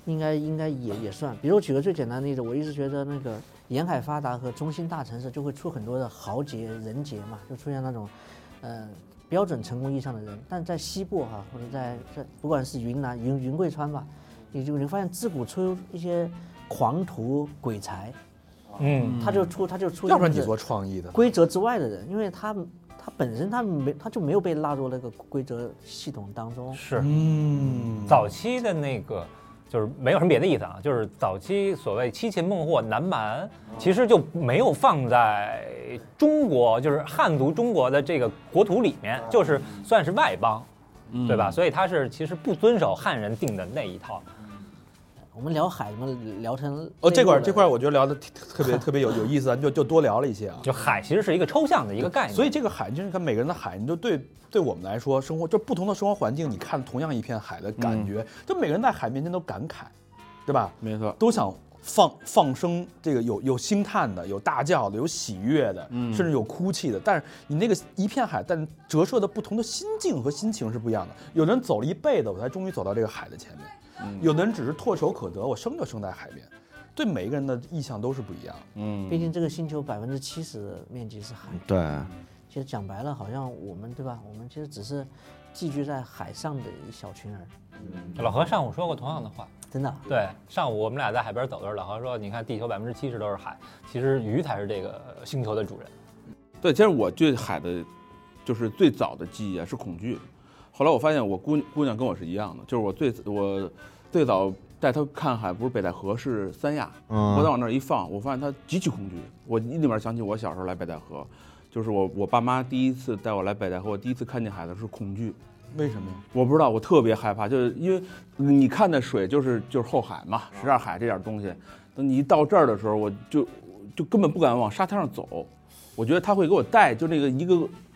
E: 应该应该也也算。比如我举个最简单的例子，我一直觉得那个沿海发达和中心大城市就会出很多的豪杰人杰嘛，就出现那种，呃，标准成功意义上的人。但在西部哈、或者在在不管是云南云云贵川吧，你就你会发现自古出一些狂徒鬼才，
C: 嗯，
E: 他就出他就出，
A: 要不然你做创意的，
E: 规则之外的人，因为他他本身他没他就没有被纳入那个规则系统当中。
C: 是
A: 嗯，
C: 早期的那个。就是没有什么别的意思啊，就是早期所谓七擒孟获、南蛮，其实就没有放在中国，就是汉族中国的这个国土里面，就是算是外邦，
A: 嗯
C: 对吧？所以他是其实不遵守汉人定的那一套。
E: 我们聊海，我们聊成
A: 哦，这块儿
E: 内陆了
A: 这块儿我觉得聊的特别特别有有意思，啊，就就多聊了一些啊。
C: 就海其实是一个抽象的一个概念，
A: 所以这个海，就是你看每个人的海，你就对对我们来说，生活就不同的生活环境，你看同样一片海的感觉，就每个人在海面前都感慨，对吧？
D: 没错，
A: 都想放放声，这个有有星叹的，有大叫的，有喜悦的，甚至有哭泣的。但是你那个一片海，但折射的不同的心境和心情是不一样的。有的人走了一辈子，我才终于走到这个海的前面；有的人只是唾手可得，我生就生在海边。对每一个人的意向都是不一样的。
D: 嗯，
E: 毕竟这个星球百分之七十的面积是海。
B: 对，
G: 啊
E: 其实讲白了，好像我们对吧？我们其实只是寄居在海上的一小群人，
C: 老何上午说过同样的话，
E: 真的啊。
C: 对，上午我们俩在海边走的时候，老何说：“你看，地球百分之七十都是海，其实鱼才是这个呃星球的主人。
D: 对，其实我对海的，就是最早的记忆啊是恐惧，后来我发现我姑姑娘跟我是一样的，就是我最我最早带她看海不是北戴河是三亚，
B: 嗯
D: 我再往那儿一放，我发现她极其恐惧，我一立马想起我小时候来北戴河。就是我，我爸妈第一次带我来北戴河，我第一次看见海的是恐惧，
A: 为什么呀？
D: 我不知道，我特别害怕，就是因为你看的水就是就是后海
A: 啊
D: 嘛，什刹海这点东西。等你一到这儿的时候，我就就根本不敢往沙滩上走，我觉得他会给我带，就那个一个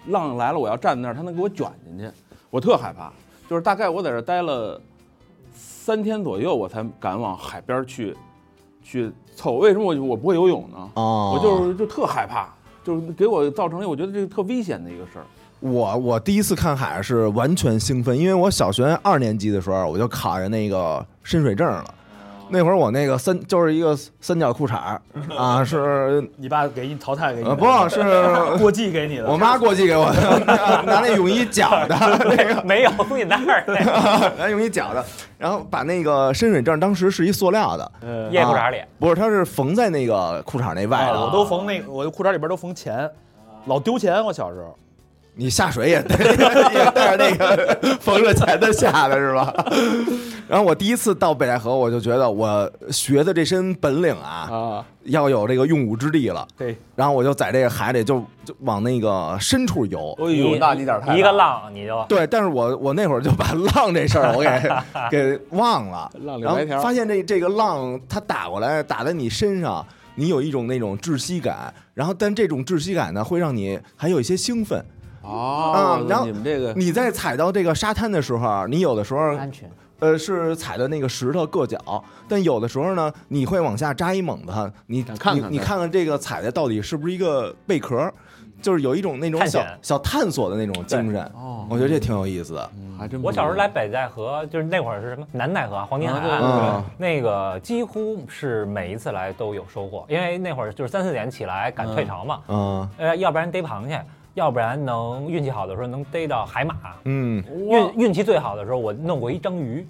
D: 浪来了，我要站在那儿，他能给我卷进去，我特害怕。就是大概我在这儿待了三天左右，我才敢往海边儿去去凑。为什么我我不会游泳呢？
B: 哦
D: 我就是就特害怕，就是给我造成了我觉得这个特危险的一个事儿。
B: 我我第一次看海是完全兴奋，因为我小学二年级的时候我就考上那个深水证了。那会儿我那个三就是一个三角裤衩儿 啊，是
A: 你爸给你淘汰给你的，
B: 呃不是
A: 过季给你的。
B: 我妈过继给我的， 拿那泳衣绞 的，
C: 没有你那 儿那
B: 拿泳衣绞的，然后把那个深水证当时是一塑料的，啊
A: 嗯，
C: 掖裤衩里，
B: 不是，它是缝在那个裤衩那外啊
A: 哎，
B: 头
A: 我。都缝那个，我的裤衩里边都缝钱，老丢钱。我小时候，
B: 你下水也带 也带着那个缝着钱的下的是吧？然后我第一次到北戴河，我就觉得我学的这身本领啊，
A: 啊
B: 要有这个用武之地了。
A: 对，
B: 然后我就在这个海里就就往那个深处游。
D: 哎呦，那你点儿太大了
C: 一个浪你就
B: 对，但是我我那会儿就把浪这事儿我 给给忘了，
D: 浪里
B: 然后
D: 白条
B: 发现这这个浪它打过来打在你身上，你有一种那种窒息感，然后但这种窒息感呢会让你还有一些兴奋。
D: 哦
B: 嗯，然后
D: 你们这个
B: 你在踩到这个沙滩的时候，啊你有的时候
E: 安全。
B: 呃是踩的那个石头硌脚，但有的时候呢，你会往下扎一猛子，你
D: 想看看它
B: 你你看看这个踩的到底是不是一个贝壳，就是有一种那种
C: 探
B: 小
C: 险
B: 小探索的那种精神。
D: 哦
B: 我觉得这挺有意思的。
D: 还真不
C: 我小时候
D: 一
C: 来
D: 样
C: 北戴河，就是那会儿是什么南戴河啊、黄金海岸，
B: 嗯
C: 那个几乎是每一次来都有收获，因为那会儿就是三四点起来赶退潮嘛，
B: 嗯
C: 呃，要不然逮螃蟹，要不然能运气好的时候能逮到海马，
B: 嗯，
C: 运运气最好的时候我弄过一章鱼，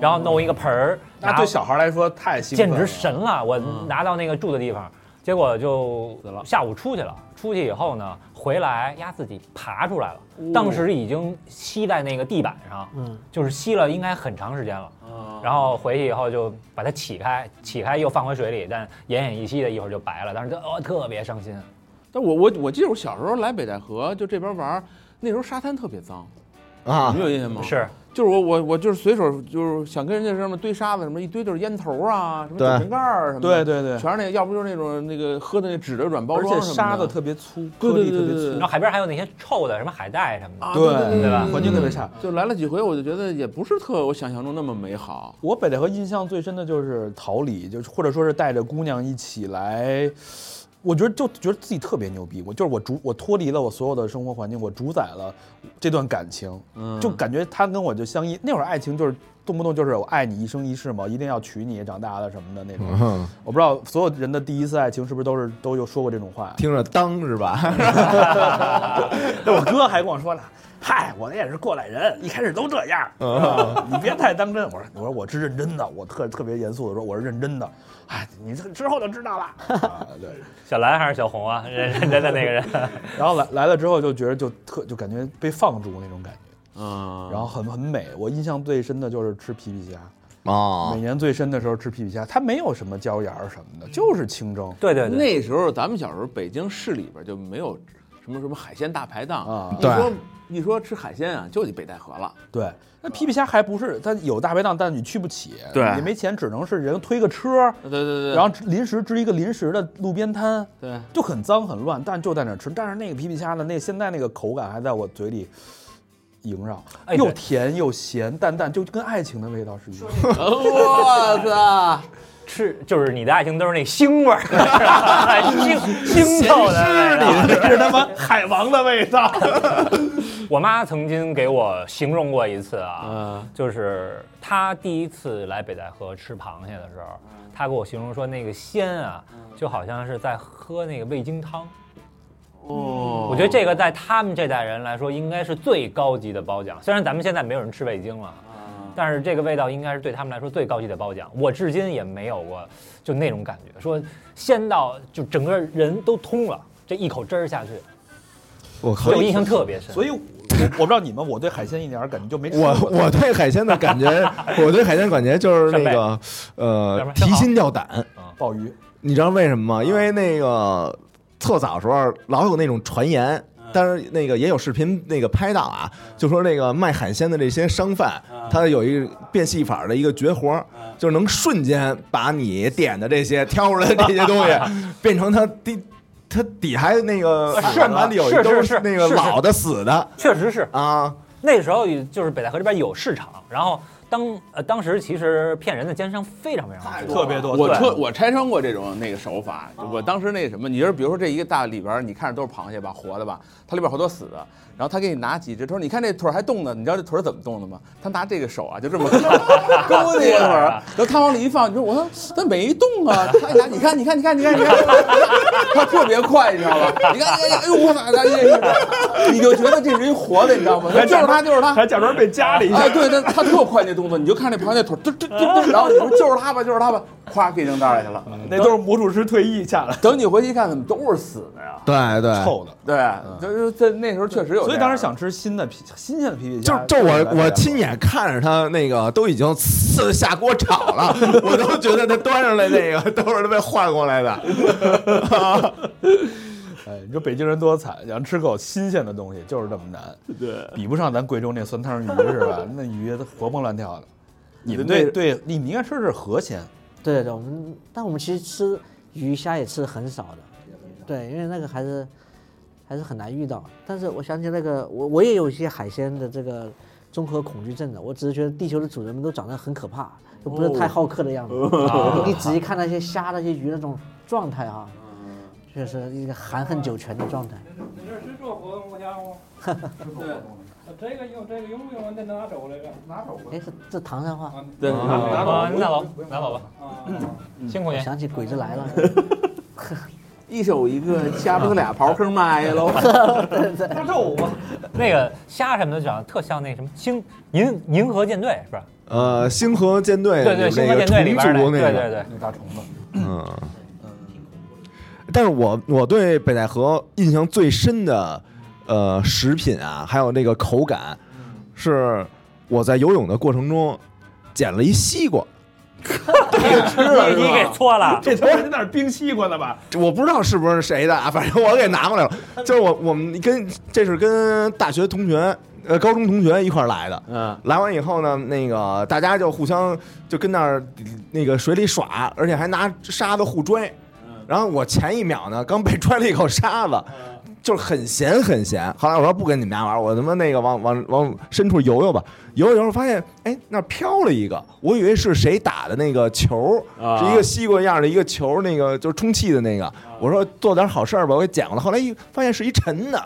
C: 然后弄一个盆儿，
A: 那
C: 拿
A: 对小孩来说太兴奋
C: 简
A: 了，
D: 啊
C: 直神了！我拿到那个住的地方，结果就
D: 死了
C: 下午出去了。出去以后呢，回来鸭自己爬出来了，当时已经吸在那个地板上，
E: 嗯
C: 就是吸了应该很长时间了。然后回去以后就把它起开，起开又放回水里，但奄奄一息的，一会儿就白了。当时就哦特别伤心。
D: 但我我我记得我小时候来北戴河，就这边玩儿，那时候沙滩特别脏，
B: 啊
D: 你们有印象吗？，
C: 是，
D: 就是我我我就是随手就是想跟人家上面堆沙子什么，一堆就是烟头啊，什么
B: 对
D: 酒瓶盖儿什么
A: 对
D: 的，
A: 对对，
D: 全是那个，要不就是那种那个喝的那纸的软包
A: 而
D: 装
A: 且
D: 什么的，
A: 沙子特别粗，
D: 对
A: 颗
D: 对
A: 粒
D: 对
A: 特
D: 对
A: 别
D: 对
A: 粗
C: 然后，海边还有那些臭的，什么海带什么的。
D: 啊，
A: 对
D: 对
C: 对吧
A: 环境特别差。
D: 就来了几回，我就觉得也不是特我想象中那么美好。
A: 我北戴河印象最深的就是桃李，就是或者说是带着姑娘一起来，我觉得就觉得自己特别牛逼。我就是我主我脱离了我所有的生活环境，我主宰了这段感情，
D: 嗯
A: 就感觉他跟我就相依。那会儿爱情就是动不动就是我爱你一生一世嘛，一定要娶你，长大了什么的那种。
B: 嗯，
A: 我不知道所有人的第一次爱情是不是都是都有说过这种话。
B: 听着当是吧？
A: 我哥还跟我说呢，嗨，我也是过来人，一开始都这样，
D: 嗯
A: 啊你别太当真。我说，我说我是认真的，我特特别严肃的说我是认真的。哎，你这之后就知道 了。啊对，
C: 小蓝还是小红啊？认认真的那个人。
A: 然后来来了之后就觉得就特就感觉被放逐那种感觉，
D: 嗯，
A: 然后很很美。我印象最深的就是吃皮皮虾，
B: 哦
D: 啊
A: 每，年最深的时候吃皮皮虾，它没有什么椒盐儿什么的，就是清蒸。
C: 对对对，
D: 那时候咱们小时候北京市里边就没有什么什么海鲜大排档
A: 啊
D: 你说
B: 对
D: 一说吃海鲜啊，就得北戴河了。
A: 对，那皮皮虾还不是它有大排档，但你去不起，
D: 对
A: 也没钱，只能是人推个车，
D: 对对对，
A: 然后临时支一个临时的路边摊，
D: 对，
A: 就很脏很乱，但就在那儿吃。但是那个皮皮虾呢，那现在那个口感还在我嘴里萦绕，
C: 哎
A: 又
C: 对
A: 甜又咸，淡淡，就跟爱情的味道是一样。
D: 我操！
C: 吃就是你的爱情都是那腥味儿， 腥腥臭的味道。
A: 这是他妈海王的味道。
C: 我妈曾经给我形容过一次啊，
D: 嗯，
C: 就是她第一次来北戴河吃螃蟹的时候，她给我形容说那个鲜啊，
A: 嗯
C: 就好像是在喝那个味精汤。
D: 哦，
C: 我觉得这个在他们这代人来说，应该是最高级的褒奖。虽然咱们现在没有人吃味精了，但是这个味道应该是对他们来说最高级的褒奖。我至今也没有过就那种感觉，说鲜到就整个人都通了，这一口汁儿下去，
B: 我
C: 对我印象特别深。
A: 所以我，我不知道你们，我对海鲜一点儿感觉就没吃过。
B: 我我对海鲜的感觉，我对海鲜感觉就是那个
C: 扇
B: 呃
C: 贝
B: 提心吊胆，
A: 鲍鱼，
B: 你知道为什么
C: 啊
B: 吗？因为那个特早时候老有那种传言，
C: 嗯
B: 但是那个也有视频那个拍到啊，就说那个卖海鲜的这些商贩，
C: 嗯
B: 他有一变戏法的一个绝活儿，就是能瞬间把你点的这些挑出来的这些东西， 变成他底他底还那个
C: 是
B: 案板里有一
C: 是
B: 都
C: 是是
B: 那个
C: 是是
B: 老的死的
C: 确实是
B: 啊，
C: 那时候就是北戴河这边有市场，然后当呃当时其实骗人的奸商非常非常多，
H: 特别多。
D: 我
H: 对
D: 穿我拆穿过这种那个手法，我当时那什么，你就是比如说这一个大里边儿，你看着都是螃蟹吧，活的吧，它里边好多死的，然后他给你拿几只，他说你看这腿儿还动呢，你知道这腿儿怎么动的吗？他拿这个手啊，就这么 勾那个腿儿，然后他往里一放，你说我说他没动啊，他一拿你看你看你看你看你 看，他特别快，你知道吗？你看你看，哎呦我操，你就觉得这人活的，你知道吗？就是他就是他，
H: 还假装被夹了一下
D: 哎，，对，他他特快那动作，你就看那螃蟹腿儿，嘟嘟嘟嘟，然后你说就是他吧，就是他吧，咵给扔袋里去了。
H: 那都是魔术师退役下来
D: 等你回去一看，怎么都是死的呀？
B: 对对，
H: 凑的。
D: 对，就是在那时候确实有这样的，
H: 所以当时想吃新的皮，新鲜的皮皮
B: 就
H: 虾。
B: 就我我亲眼看着他那个都已经刺下锅炒了， 我都觉得他端上来那个都是他被换过来的。
H: 哎，你说北京人多惨，想吃口新鲜的东西就是这么难， 对，比不上咱贵州那酸汤鱼是吧？那鱼它活蹦乱跳的。
D: 你们
H: 对
D: 那
H: 对，你你应该吃的是河鲜，
E: 对对对，我们但我们其实吃鱼虾也吃的很少的，对，因为那个还是还是很难遇到。但是我想起那个，我我也有一些海鲜的这个综合恐惧症的，我只是觉得地球的主人们都长得很可怕，就不是太好客的样子。你仔细看那些虾、那些鱼那种状态啊，确实一个含恨九泉的状态。
I: 你这是做活动不家伙？对，这个用这个用不用？得拿走这个，拿走
E: 哎，这这唐山话，
D: 对
C: 啊，拿走拿走吧，嗯
I: 啊。
C: 辛苦
E: 我
C: 您。
E: 想起鬼子来了。
D: 一手一个掐不俩刨坑卖喽。
C: 那个虾什么的长得特像那什么星银银河舰队是吧？
B: 呃，星河舰队
C: 对对，
B: 有
C: 星
B: 那
C: 河
B: 个
C: 舰队里
B: 虫
C: 边的，
B: 族
C: 对
B: 那
C: 对
B: 个，
C: 对，
H: 那大虫子，
B: 嗯。但是我我对北戴河印象最深的，呃，食品啊，还有那个口感，是我在游泳的过程中捡了一西瓜，
C: 你你给搓了，
H: 这他妈人那儿冰西瓜呢吧？
B: 这我不知道是不是谁的啊，反正我给拿过来了。就是我我们跟这是跟大学同学，呃，高中同学一块儿来的。
D: 嗯，
B: 来完以后呢，那个大家就互相就跟那儿那个水里耍，而且还拿沙子互拽。
D: 嗯
B: 然后我前一秒呢，刚被拽了一口沙子，
D: 嗯
B: 就是很咸很咸。后来我说不跟你们家玩，我他妈那个往往往深处游游吧，游着游着发现，哎，那儿飘了一个，我以为是谁打的那个球，
D: 啊
B: 是一个西瓜样的一个球，那个就是充气的那个。我说做点好事儿吧，我给捡过来。后来一发现是一 沉的，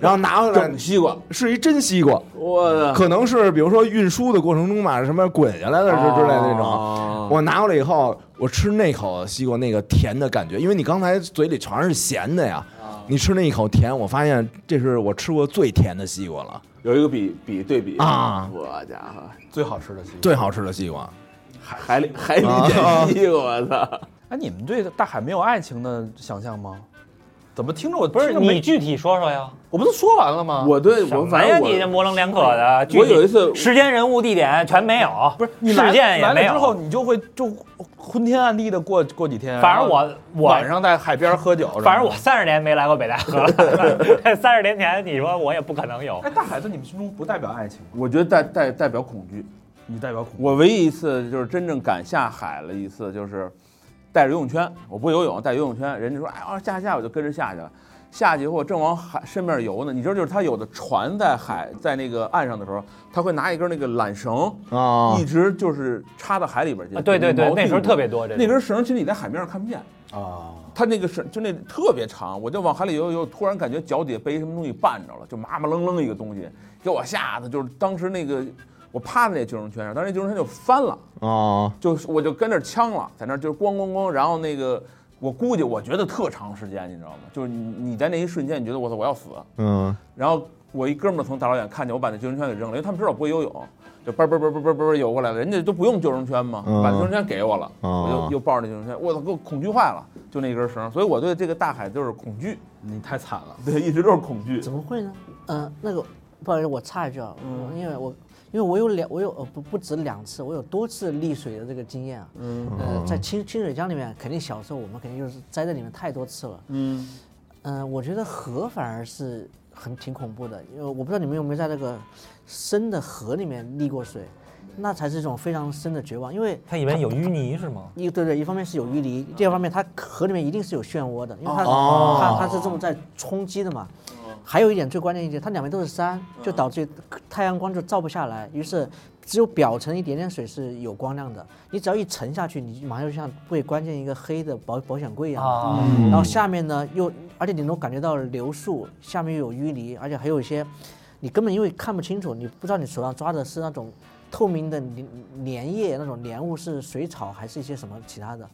B: 然后拿回来
D: 整西瓜，
B: 是一真西瓜。
D: 我
B: 可能是比如说运输的过程中吧，什么滚下来了之之类的那种。
D: 种
B: 我拿过来以后，我吃那口西瓜那个甜的感觉，因为你刚才嘴里全是咸的呀，你吃那一口甜，我发现这是我吃过最甜的西瓜了，
D: 有一个比比对比
B: 啊
D: 我家伙，
H: 最好吃的西瓜。
B: 最好吃的西瓜。
D: 海里海里捡西瓜，我操！
H: 哎，你们对大海没有爱情的想象吗？怎么听着我
C: 不是
H: 听着没
C: 你具体说说呀？
H: 我不都说完了吗？
D: 我对
C: 什
D: 我
C: 么
D: 反
C: 呀？
D: 正
C: 你这
D: 我
C: 模棱两可的。具
D: 我
C: 体
D: 有一次
C: 时间、人物、地点全没有，
H: 不是你来
C: 事件也
H: 来
C: 没
H: 了之后，
C: 有。
H: 你就会就昏天暗地的过过几天。
C: 反
H: 然
C: 正
H: 后
C: 我我
H: 晚上在海边喝酒，
C: 反正我三十年没来过北戴河了，三十年前你说我也不可能有
H: 哎，大海在你们心中不代表爱情，
D: 我觉得代代代表恐惧，
H: 你代表恐
D: 我唯一一次就是真正敢下海了一次，就是带着游泳圈，我不游泳，带游泳圈，人家说哎呀下下，我就跟着下去了。下去以后正往海身边游呢，你知道，就是他有的船在海在那个岸上的时候，他会拿一根那个缆绳，
B: 啊
D: 一直就是插到海里边去。
C: 啊！对对对
D: 锚，定
C: 那时候
D: 住
C: 特别多这
D: 那
C: 种。
D: 根绳，其实你在海面上看不见，
H: 惧
B: 哦
H: 啊，
D: 它那个绳就那特别长，我就往海里游游，突然感觉脚底下被一什么东西绊着了，就麻麻愣愣一个东西，给我吓得就是当时那个我趴在那救生圈上，当时那救生圈就翻了。
B: 啊
D: 就是我就跟那儿呛了，在那儿就是咣咣咣，然后那个我估计我觉得特长时间，你知道吗？就是你你在那一瞬间，你觉得我操我要死，
B: 嗯
D: 然后我一哥们儿从大老远看见我把那救生圈给扔了，因为他们知道我不会游泳，就嘣嘣嘣嘣嘣嘣游过来了，人家都不用救生圈嘛，
B: 嗯
D: 把救生圈给我了，
B: 哦
D: 我就又抱着那救生圈，我操给我恐惧坏了，就那根绳，所以我对这个大海就是恐惧，
H: 你太惨了。
D: 对，一直都是恐惧嗯
E: 怎么会呢？呃，那个不好意思，我插一句啊，我因为我因为我有两，我有呃不不止两次，我有多次溺水的这个经验啊。嗯，呃，在清清水江里面，肯定小时候我们肯定就是栽在里面太多次了。嗯，呃，我觉得河反而是很挺恐怖的，因为我不知道你们有没有在那个深的河里面溺过水，那才是一种非常深的绝望，因为。
C: 它里面有淤泥是吗？
E: 一对对，一方面是有淤泥，第二方面它河里面一定是有漩涡的，因为它、它它是这么在冲击的嘛。还有一点最关键一点，它两边都是山，就导致太阳光就照不下来，于是只有表层一点点水是有光亮的，你只要一沉下去，你马上就像被关进一个黑的保保险柜一样。
C: 啊，
B: 嗯
E: 然后下面呢又，而且你能感觉到流速，下面又有淤泥，而且还有一些，你根本因为看不清楚，你不知道你手上抓的是那种透明的粘粘液，那种粘物是水草还是一些什么其他的，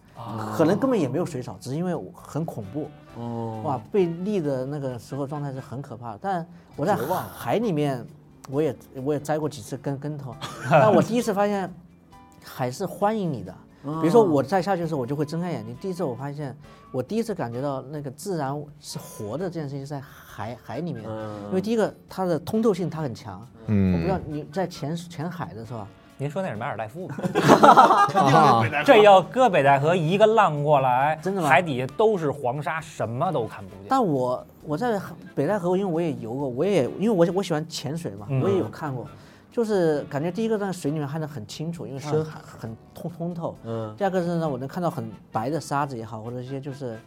E: 可能根本也没有水草，只是因为我很恐怖。哦，哇，被溺的那个时候状态是很可怕的，但我在海里面，我也我也栽过几次跟跟头，但我第一次发现海是欢迎你的。比如说我在下去的时候，我就会睁开眼睛。第一次我发现，我第一次感觉到那个自然是活的这件事情是在海海里面，因为第一个它的通透性它很强。
B: 嗯
E: 我不知道你在潜潜海的时候啊，
C: 您说那是马尔代夫吗？
B: 啊，
C: 这要搁北戴河一个浪过来，
E: 真的吗
C: 海底下都是黄沙，什么都看不见。
E: 但我我在北戴河，因为我也游过，我也因为我我喜欢潜水嘛，我也有看过，就是感觉第一个在水里面看得很清楚，因为它很很通通透。嗯。第二个是呢，我能看到很白的沙子也好，或者一些就是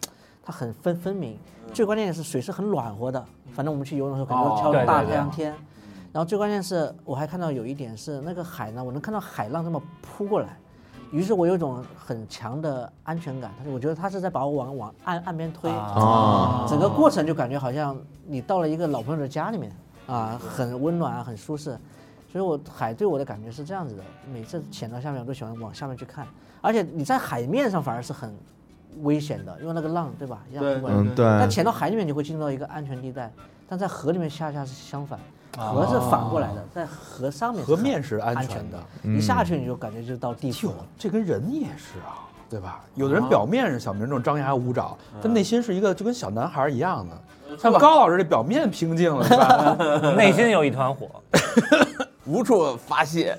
E: 它很分分明。最关键的是水是很暖和的，反正我们去游的时候肯定
D: 哦
E: 都挑
C: 对
E: 大
C: 对
E: 太
C: 对
E: 阳天。然后最关键是我还看到有一点是那个海呢，我能看到海浪这么扑过来。于是我有一种很强的安全感，但是我觉得他是在把我往往岸岸边推，
C: 啊
E: 啊
B: 哦
E: 整个过程就感觉好像你到了一个老朋友的家里面啊，很温暖啊，很舒适。所以我海对我的感觉是这样子的，每次潜到下面我都喜欢往下面去看，而且你在海面上反而是很危险的，因为那个浪对吧？一样
D: 对
E: 很稳
B: 嗯，对，
E: 但潜到海里面你会进入到一个安全地带，但在河里面恰恰是相反，河是反过来的，在河上嗯面是
A: 河面是安
E: 安
A: 全
E: 全
A: 的
E: 的，一下去你就感觉就到地府
A: 哟
E: 了。，
A: 这跟人也是啊，对吧？有的人表面是小明这种张牙舞爪，但内心是一个就跟小男孩一样的。像高老师这表面平静了，是吧？
C: 内心有一团火，
D: 无处发泄，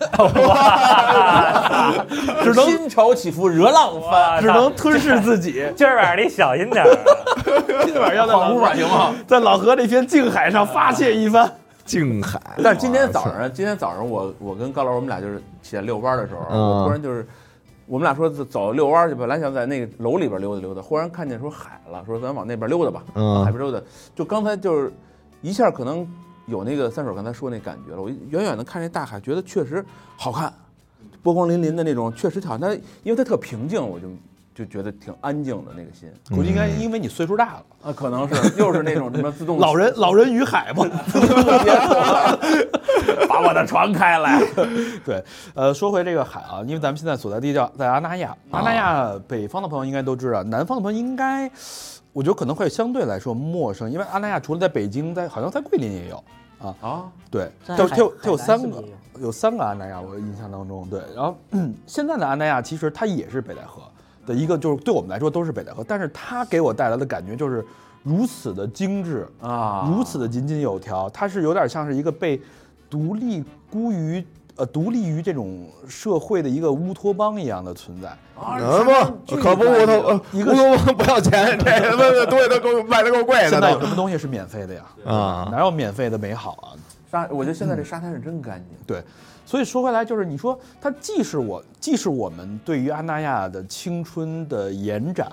A: 只能
D: 心潮起伏，惹浪翻。
C: 哇
A: 只能吞噬自己。
C: 今儿晚上你小心点儿啊。
A: 今晚上要在老
D: 跑步吧行吗？
A: 在老何这片静海上发泄一番。
B: 静海。
D: 但是今天早
B: 哇塞
D: 上，今天早上我我跟高老师我们俩就是起来遛弯儿的时候，
B: 嗯
D: 我突然就是。我们俩说走遛弯儿去，本来想在那个楼里边溜达溜达，忽然看见说海了，说咱往那边溜达吧，
B: 嗯
D: 海边溜达。就刚才就是一下可能有那个三水刚才说那感觉了，我远远的看这大海，觉得确实好看，波光粼粼的那种，确实好像它因为它特平静，我就就觉得挺安静的那个心
A: 估计应该因为你岁数大了，
D: 啊，可能是又是那种什么自动
A: 老人老人与海嘛。
D: 把我的船开来，
A: 对，呃，说回这个海啊，因为咱们现在所在地叫在阿那亚，阿那亚
E: 哦
A: 北方的朋友应该都知道，南方的朋友应该，我觉得可能会相对来说陌生，因为阿那亚除了在北京，在好像在桂林也有。
D: 啊，
A: 对，它
E: 在
A: 有它
E: 海
A: 有它有
E: 海南
A: 三
E: 是
A: 个
E: 不是也，
A: 有三个安那亚，我印象当中，对。然后、 嗯现在的安那亚其实它也是北戴河的一个，就是对我们来说都是北戴河，但是它给我带来的感觉就是如此的精致
D: 啊
B: 嗯
A: 如此的井井有条，它是有点像是一个被独立孤于。呃，独立于这种社会的一个乌托邦一样的存在，
B: 啊不，可不，我头呃
A: 一个
B: 乌龙王不要钱，这他妈的东西都够卖的够贵
A: 现
B: 的
A: 在有什
B: 都
A: 么东西是免费的呀？
B: 啊，
A: 哪有免费的美好啊？
D: 沙，我觉得现在这沙滩是真干净。
A: 对，所以说回来就是，你说它既是我，既是我们对于安那亚的青春的延展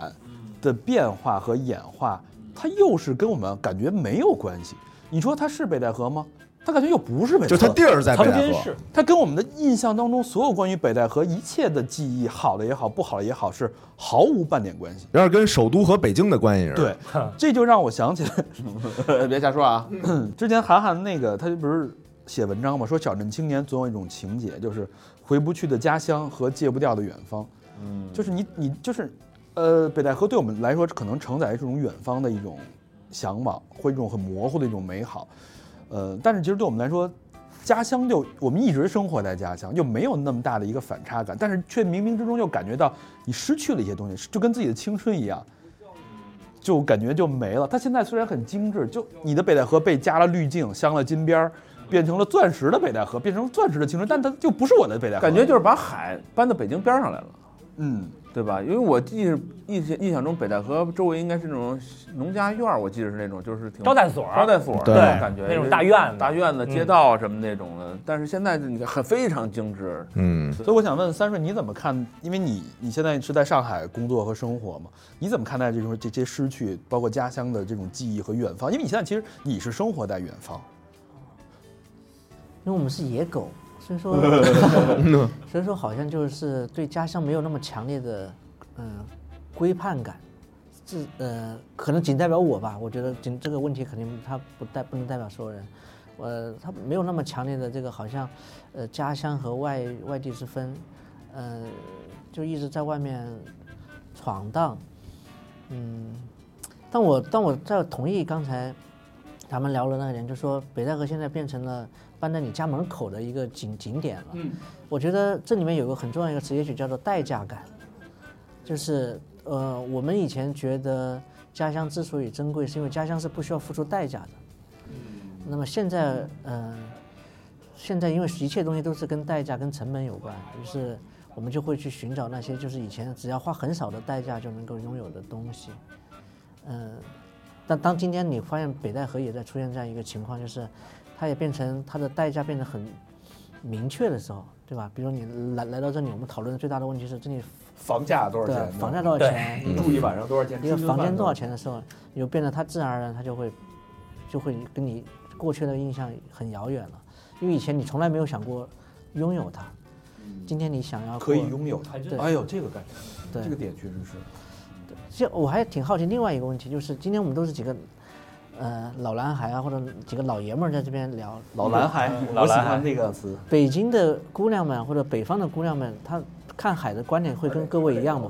A: 的变化和演化，它又是跟我们感觉没有关系。你说它是北戴河吗？它感觉又不是北戴河，嗯
B: 就它地儿在北戴河
A: 曾经是它跟我们的印象当中所有关于北戴河一切的记忆，好的也好，不好的也好，是毫无半点关系。
B: 有点跟首都和北京的关系似的。
A: 对，这就让我想起来
E: 呃
D: 别瞎说啊！
A: 之前韩寒那个，他不是写文章嘛，说小镇青年总有一种情节，就是回不去的家乡和戒不掉的远方。嗯，就是你你就是，呃，北戴河对我们来说可能承载着这种远方的一种向往，或一种很模糊的一种美好。呃，但是其实对我们来说，家乡就我们一直生活在家乡，就没有那么大的一个反差感，但是却冥冥之中又感觉到你失去了一些东西，就跟自己的青春一样。就感觉就没了。它现在虽然很精致，就你的北戴河被加了滤镜，镶了金边儿，变成了钻石的北戴河，变成了钻石的青春，但它就不是我的北戴河。
D: 感觉就是把海搬到北京边上来了，
A: 嗯，
D: 对吧？因为我记着印象印象中北戴河周围应该是那种农家院儿，我记得是那种就是挺
C: 招待所
D: 招待所
B: 对
D: 那种感觉，
C: 那种大院子
D: 大院子、街道什么那种的。但是现在你看很非常精致，
B: 嗯，
A: 所以我想问三顺，你怎么看？因为你你现在是在上海工作和生活嘛，你怎么看待这种这些失去，包括家乡的这种记忆和远方？因为你现在其实你是生活在远方，
E: 因为我们是野狗，所以说，所以说好像就是对家乡没有那么强烈的嗯、呃规判感，这呃可能仅代表我吧，我觉得仅这个问题肯定它不代不能代表所有人，呃，它没有那么强烈的这个好像呃家乡和外外地之分，呃，就一直在外面闯荡，嗯，但我但我在同意刚才咱们聊了那个人，就说北戴河现在变成了搬在你家门口的一个景景点了。嗯，我觉得这里面有个很重要一个词，也许叫做代价感，就是呃，我们以前觉得家乡之所以珍贵，是因为家乡是不需要付出代价的。那么现在，呃，现在因为一切东西都是跟代价、跟成本有关，于是我们就会去寻找那些就是以前只要花很少的代价就能够拥有的东西。嗯、但当今天你发现北戴河也在出现这样一个情况，就是它也变成它的代价变得很明确的时候，对吧？比如你来来到这里，我们讨论的最大的问题是这里
A: 房价多少
E: 对
A: 钱？嗯
E: 房价多少
C: 对
E: 钱，
A: 住一晚上多少钱？
E: 一个房间多少钱的时候，你就变得它自然而然它就会就会跟你过去的印象很遥远了，因为以前你从来没有想过拥有它，今天你想要
A: 可以
E: 过
A: 拥有
I: 还
E: 对
A: 它？哎呦，这个概念，
E: 对
A: 这个点确实是。
E: 其实我还挺好奇另外一个问题，就是今天我们都是几个呃老男孩啊，或者几个老爷们儿在这边聊
A: 嗯老男孩，我
C: 老
A: 喜
C: 男
A: 欢
C: 孩
A: 这个词。
E: 北京的姑娘们或者北方的姑娘们，她看海的观点会跟各位一样吗？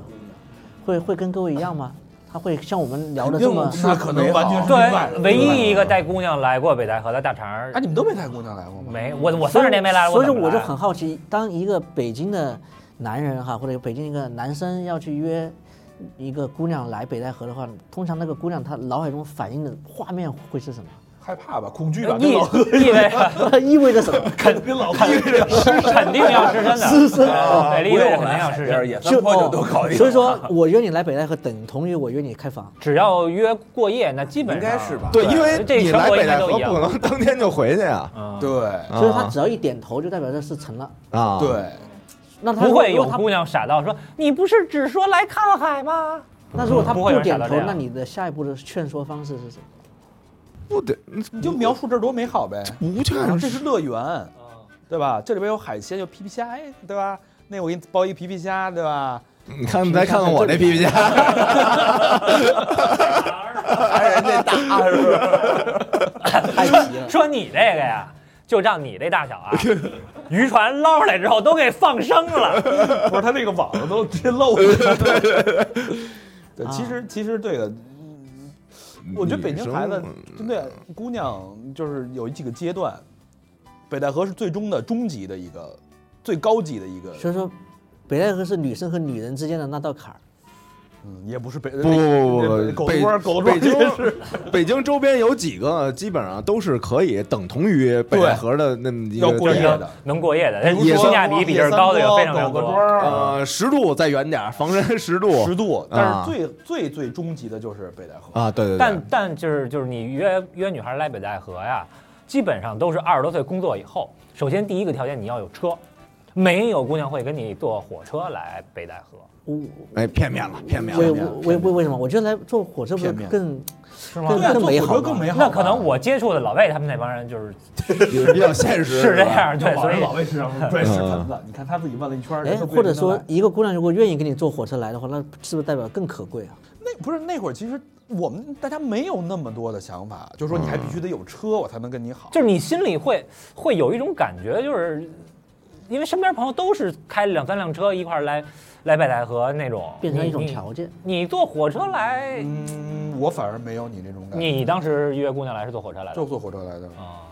E: 会会跟各位一样吗？她会像我们聊的这么
A: 肯定那可能完全是另外嗯
C: 对，唯一一个带姑娘来过北戴河的大肠儿
A: 哎，，你们都没带姑娘来过吗？
C: 没我我三十年没来了，
E: 所以
C: 怎
E: 说
C: 么
E: 我就
C: 来啊
E: 很好奇，当一个北京的男人哈，或者北京一个男生要去约一个姑娘来北戴河的话，通常那个姑娘她脑海中反映的画面会是什么？
A: 害怕吧，恐惧吧，跟
C: 意
A: 老
C: 意 味着
E: 意味着什么？
A: 跟老跟
C: 肯定要失身的，
E: 是是
C: 啊对，意味着肯定要失身。
D: 也山坡就都考虑了，
E: 哦所以说我约你来北戴河，等同于我约你开房。
C: 只要约过夜，那基本
D: 应
C: 上
D: 该
E: 哦
D: 是吧？
B: 对，因为
C: 这
B: 你
C: 全
B: 来
C: 国应
B: 北
C: 该
B: 戴
C: 都
B: 河
C: 一样
B: 不可 能当天就回去呀，
C: 嗯，
A: 对
E: 所以他只要一点头，就代表这是成了。
B: 啊，
A: 对，
E: 那他
C: 不会有
E: 他
C: 姑娘傻到说你不是只说来看海吗？
E: 嗯那如果他
C: 不
E: 不
C: 会有人
E: 点
C: 想到
E: 头
C: 这，样
E: 那你的下一步的劝说方式是什么？
B: 不得
A: 你就描述这儿多美好呗。
B: 不去
A: 然后这是乐园，对吧？这里边有海鲜，有皮皮虾，哎，对吧？那我给你包一皮皮虾，对吧？
B: 你看，再看看我这皮皮 虾，
D: 还人家大是不是？
C: 说你这个呀，就照你这大小 啊，渔船捞上来之后都给放生了。
A: 不是，他那个网子都直接漏 出来了。对，其实其实这个，我觉得北京孩子真的姑娘就是有几个阶段，北戴河是最终的终极的一个最高级的一个，
E: 所以说，北戴河是女生和女人之间的那道坎儿。
A: 嗯，也不是北不
B: 不不不
A: 狗
B: 不，
A: 子庄狗子庄
B: 北北京
A: 也是
B: 北京周边有几个基本上都是可以等同于北戴河的那么一
A: 要
B: 个
A: 过夜
B: 地儿
A: 的，
C: 能过夜的，
A: 比
C: 但
A: 如
C: 是
A: 说
C: 性价比比这儿高的有非常非常
A: 狗子
C: 多。
A: 庄啊
B: 呃，十度再远点儿，房山十度
A: 十度，但是最最最终极的就是北戴河。
B: 啊，对对对，
C: 但但就是就是你约约女孩来北戴河呀，基本上都是二十多岁工作以后。首先第一个条件你要有车，没有姑娘会跟你坐火车来北戴河，
E: 我
B: 哎，片面了，片面
E: 为
B: 了。
E: 为为为什么？我觉得来坐火车不是
A: 片面
E: 更
C: 是吗？
E: 更
A: 对啊
E: 更
A: 坐
E: 美
A: 火
E: 好
A: 车
E: 吗？
A: 更美好吧。
C: 那可能我接触的老魏他们那帮人就是
B: 也比较现实，
C: 是这
B: 吧。
C: 样，对，所以
A: 老魏身上 拽屎盆子，你看他自己问了一圈，
E: 嗯哎，
A: 人都不
E: 或者
A: 认真
E: 说
A: 来
E: 一个姑娘如果愿意跟你坐火车来的话，那是不是代表更可贵啊？
A: 那不是那会儿，其实我们大家没有那么多的想法，就是说你还必
E: 嗯
A: 须得有车，我才能跟你好。
C: 就是你心里会会有一种感觉，就是因为身边朋友都是开两三辆车一块儿来来北戴河那种，
E: 变成一种
C: 你
E: 条。件。
C: 你你坐火车来，
A: 嗯，我反而没有你那种感觉，
C: 你当时约姑娘来是坐火车来的
A: 就坐火车来的，
C: 啊？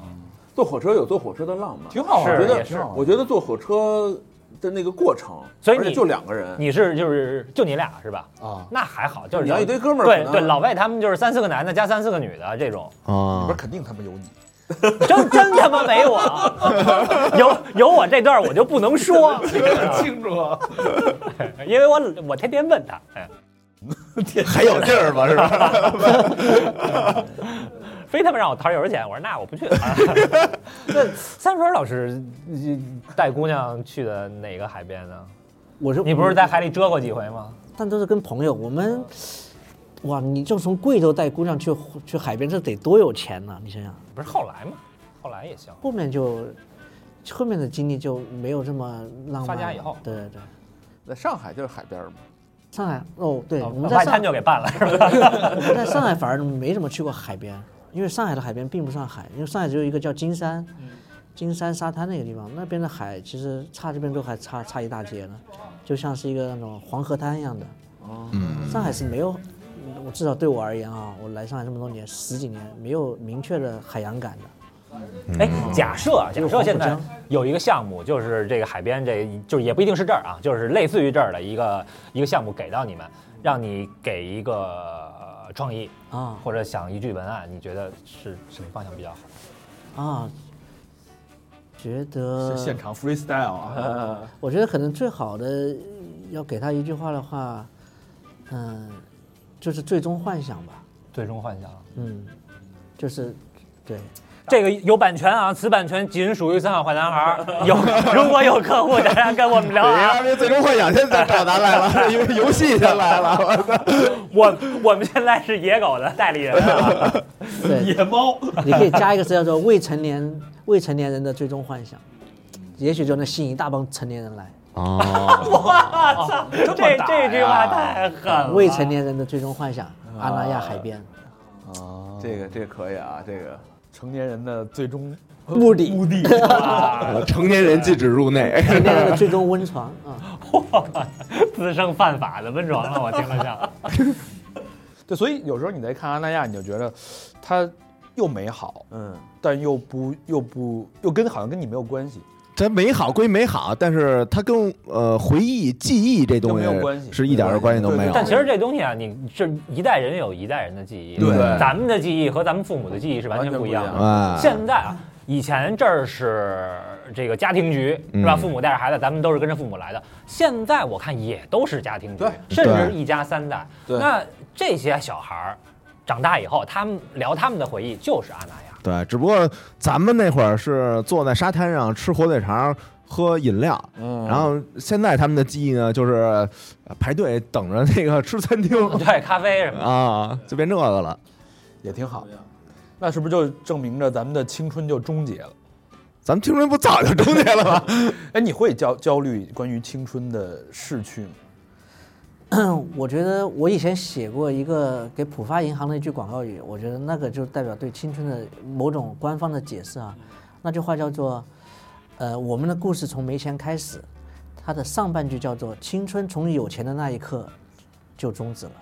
D: 坐火车有坐火车的浪漫，
A: 挺好玩
C: 是
A: 的，
D: 啊我觉
C: 也
D: 得
C: 是
A: 挺好玩的。
D: 我觉得坐火车的那个过程，
C: 所以
D: 而且
C: 你
D: 就两个人，
C: 你是就是就你俩是吧？
A: 啊，
C: 那还好，就是
D: 你要一堆哥们儿可
C: 对
D: 能
C: 对，老外他们就是三四个男的加三四个女的这种，
A: 里
B: 啊
A: 边肯定他们有你，
C: 真 真他妈没我，有有我这段我就不能说，
A: 清楚。
C: 因为我我天天问他，哎，
B: 还有地儿吧，是 吧？
C: 非他妈让我掏油钱，我说那我不去。啊、 那三水老师呃带姑娘去的哪个海边呢？
E: 我说
C: 你不是在海里折过几回吗？
E: 但都是跟朋友。我们，哇，你就从贵州带姑娘去去海边，这得多有钱呐！你想想，
C: 不是后来吗？后来也行。
E: 后面就后面的经历就没有这么浪漫了。
C: 发家以后
E: 对对对，
D: 在上海就是海边儿嘛，
E: 上海哦，对，我们在
C: 外
E: 上
C: 滩就给办了，是吧？
E: 我们在上海反而没怎么去过海边，因为上海的海边并不上海，因为上海只有一个叫金山，
A: 嗯
E: 金山沙滩那个地方，那边的海其实差这边都还差差一大截呢，就像是一个那种黄河滩一样的。
B: 嗯，
E: 上海是没有，我至少对我而言啊，我来上海这么多年，十几年没有明确的海洋感的。
C: 哎，假设啊，假设现在
E: 黄浦
C: 有一个项目，就是这个海边这，就是也不一定是这儿啊，就是类似于这儿的一个一个项目给到你们，让你给一个呃创意
E: 啊
C: 或者想一句文案，你觉得是什么方向比较好？
E: 啊，觉得
A: 现场 freestyle 啊，
E: 我觉得可能最好的要给他一句话的话，嗯，就是最终幻想吧，
C: 最终幻想，
E: 嗯，就是对。
C: 这个有版权啊，此版权仅属于三好坏男孩儿。有如果有客户想要跟我们聊
B: 对
C: 啊
B: 哎呀，，这最终幻想现在找咱来了， 因为游戏先来了，我操！
C: 我我们现在是野狗的代理人啊。
E: 对，野猫，你可以加一个词叫做未成年未成年人的最终幻想，也许就能吸引一大帮成年人来。
B: 哦，
C: 我操，这这句话太狠了。
E: 未成年人的最终幻想，阿那亚海边，
D: 这个这个可以啊，这个
A: 成年人的最终
E: 目的
A: 目的，
B: 成年人禁止入内。
E: 成年人的最终温床啊，
C: 哇，滋生犯法的温床了，我听了像。
A: 对，所以有时候你在看阿那亚，你就觉得他又美好，
D: 嗯，
A: 但又不又不又跟好像跟你没有关系，
B: 这美好归美好，但是它跟呃回忆、记忆这东
A: 都没有关系
B: 西是一点儿关系都没有。
C: 但其实这东西啊，你这一代人有一代人的记忆，
B: 对
C: 咱们的记忆和咱们父母的记忆是完全不一样
D: 完全不一
C: 的。
B: 啊，
C: 现在啊，以前这儿是这个家庭局是吧？
B: 嗯
C: 父母带着孩子，咱们都是跟着父母来的。现在我看也都是家庭局
D: 对，
C: 甚至
B: 对
C: 一家三代。
D: 对
C: 那这些小孩儿长大以后，他们聊他们的回忆就是阿那亚。
B: 对，只不过咱们那会儿是坐在沙滩上吃火腿肠、喝饮料，
D: 嗯
B: 然后现在他们的记忆呢，就是呃排队等着那个吃 餐厅
C: 对，咖啡什么的。
B: 啊，就变这个了。
A: 也挺好。那是不是就证明着咱们的青春就终结了？
B: 咱们青春不早就终结了吗？
A: 哎，你会焦焦虑关于青春的逝去吗？
E: 我觉得我以前写过一个给浦发银行的一句广告语，我觉得那个就代表对青春的某种官方的解释啊。那句话叫做，呃，我们的故事从没钱开始，它的上半句叫做青春从有钱的那一刻就终止了。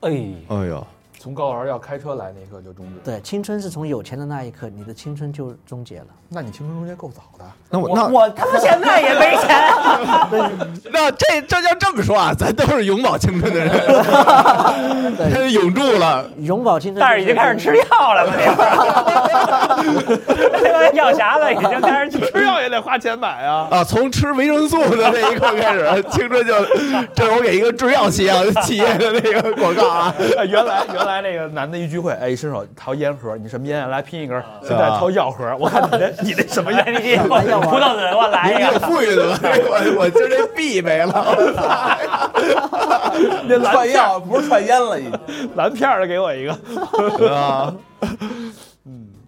C: 哎，
B: 哎呦，
A: 从高玩要开车来那一刻就终止。，
E: 对，青春是从有钱的那一刻，你的青春就终结了。
A: 那你青春终结够早的。
B: 那我
C: 我
B: 那
C: 我他妈现在也没钱。
B: 那这这要这么说啊，咱都是永葆青春的 人，他是永驻了。
E: 永葆青春、
C: 但是已经开始吃。药了嘛，那会儿，那个药匣子已经开始吃药。
A: 也得花钱买啊。
B: 啊，从吃维生素的那一刻开始，青春就，这是我给一个制药企业企业的那个广告啊，
A: 哎原来原来那个男的一聚会，哎，一伸手掏烟盒，你什么烟啊？来拼一根。现在掏药盒，我看你那你那什么烟？
C: 你你葡萄籽，我来
B: 你
C: 一
B: 挺
C: 个。
B: 富裕的吧？我我今儿这币没了，
D: 串药不是串烟了，已经。
A: 蓝片儿的给我一个。
B: 啊，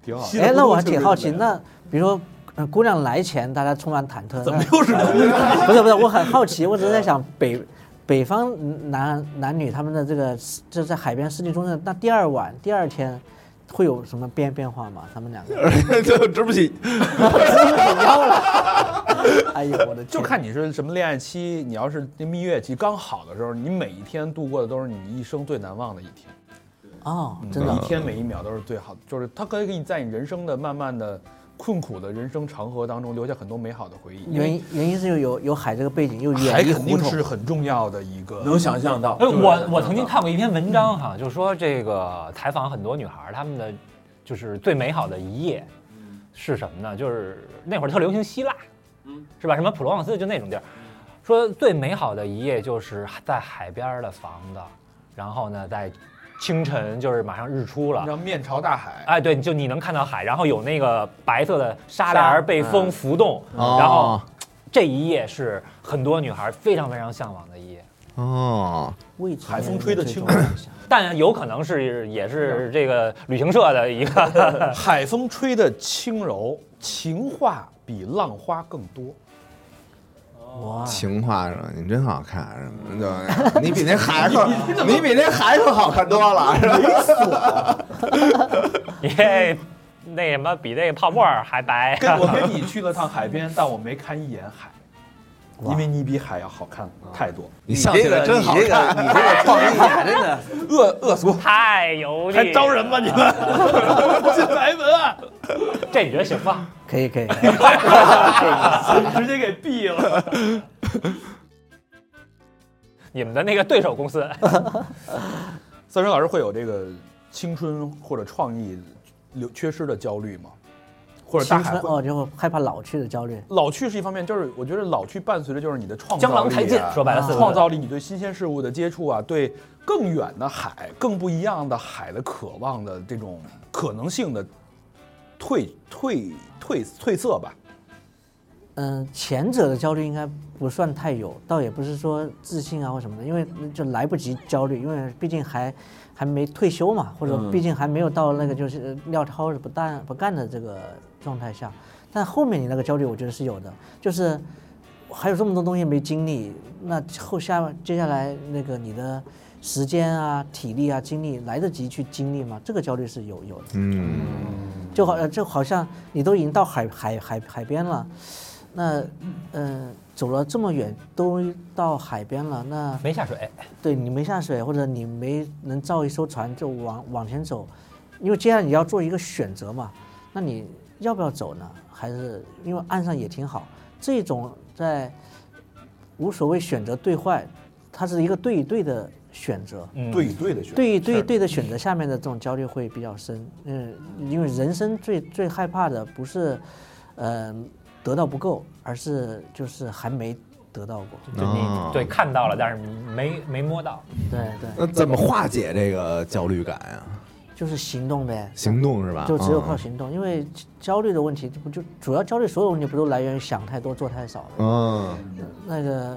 A: 挺好。
E: 哎，那我还挺好奇，那比如说。呃姑娘来前，大家充满忐忑。怎么又是 不是不是，我很好奇，我只是在想北北方男男女他们的这个就在海边世纪中的那第二晚、第二天会有什么变变化吗？他们两个
B: 就支不起，
E: 哎呦我的天，
A: 就看你是什么恋爱期，你要是那蜜月期刚好的时候，你每一天度过的都是你一生最难忘的一天，
E: 哦，真
A: 每一
E: 的
A: 天每一秒都是最好的，就是它可以给你在你人生的慢慢的困苦的人生长河当中留下很多美好的回忆，
E: 原因原因是有有有海这个背景，又
A: 海
E: 远离
A: 肯
E: 胡
A: 定
E: 同
A: 是，很重要的一个。
D: 能想象到。
C: 哎，我我曾经看过一篇文章哈，就说这个采访很多女孩儿，她们的就是最美好的一夜是什么呢？就是那会儿特流行希腊，是吧？什么普罗旺斯就那种地儿，说最美好的一夜就是在海边儿的房子，然后呢，在清晨就是马上日出了，
A: 让面朝大海，
C: 哎，对，就你能看到海，然后有那个白色的沙帘儿被风浮动，
B: 哦
C: 然后这一夜是很多女孩非常非常向往的一夜。
B: 哦，
E: 未成
A: 海风
E: 年
A: 吹
E: 人
A: 得
E: 最
A: 轻
E: 终幻想
C: 但有可能是也是这个旅行社的一个
A: 海风吹得轻柔，情话比浪花更多。
E: 哇，
B: 情话说你真好看什么的，哎你比那孩子，你嗯比那孩子好看多了，是吧？
C: 你这那什么比那个泡沫儿还白。
A: 跟我跟你去了趟海边，但我没看一眼海，因为你比海要好看
E: 啊
A: 太多。
D: 你
B: 你笑
D: 这
B: 起
D: 个
B: 来真
D: 你
B: 好
D: 这
B: 看，
D: 个你这 个创意啊，真的恶恶俗。
C: 太油腻，
H: 还招人吗？你们 进白门啊，
C: 这你觉得行吗？
E: 可以可以。
H: 直接给毙了。
C: 你们的那个对手公司，
A: 三水老师会有这个青春或者创意流缺失的焦虑吗？或者大
E: 青
A: 海
E: 春
A: 会
E: 哦，就会害怕老去的焦虑。
A: 老去是一方面，就是我觉得老去伴随着就是你的创
C: 江
A: 造
C: 郎才
A: 力
C: 尽，
A: 啊，
C: 说白了四个字
A: 创造力，你对新鲜事物的接触啊，对更远的海、更不一样的海的渴望的这种可能性的退退退褪色吧。
E: 嗯，前者的焦虑应该不算太有，倒也不是说自信啊或什么的，因为就来不及焦虑，因为毕竟还还没退休嘛，或者毕竟还没有到那个就是撂挑子不干不干的这个状态下。但后面你那个焦虑，我觉得是有的，就是还有这么多东西没经历，那后下接下来那个你的时间啊、体力啊、精力来得及去经历吗？这个焦虑是有有的。
B: 嗯，
E: 就好，呃就好像你都已经到海海海海边了，那，呃，走了这么远，都到海边了，那
C: 没下水，
E: 对你没下水，或者你没能造一艘船就往往前走，因为接下来你要做一个选择嘛，那你要不要走呢？还是因为岸上也挺好，这种在无所谓选择对坏，它是一个对与对的选择，
C: 嗯，
A: 对对的选择
E: 对对对的选择下面的这种焦虑会比较深，嗯，因为人生最最害怕的不是，呃，得到不够，而是就是还没得到过。
C: 就你
B: 哦
C: 对看到了，但是没没摸到，
E: 对对，
B: 那怎么化解这个焦虑感呀？
E: 就是行动呗，
B: 行动是吧？
E: 就只有靠
B: 嗯
E: 行动，因为焦虑的问题，这不就主要焦虑所有问题不都来源于想太多做太少的？
B: 嗯，
E: 那个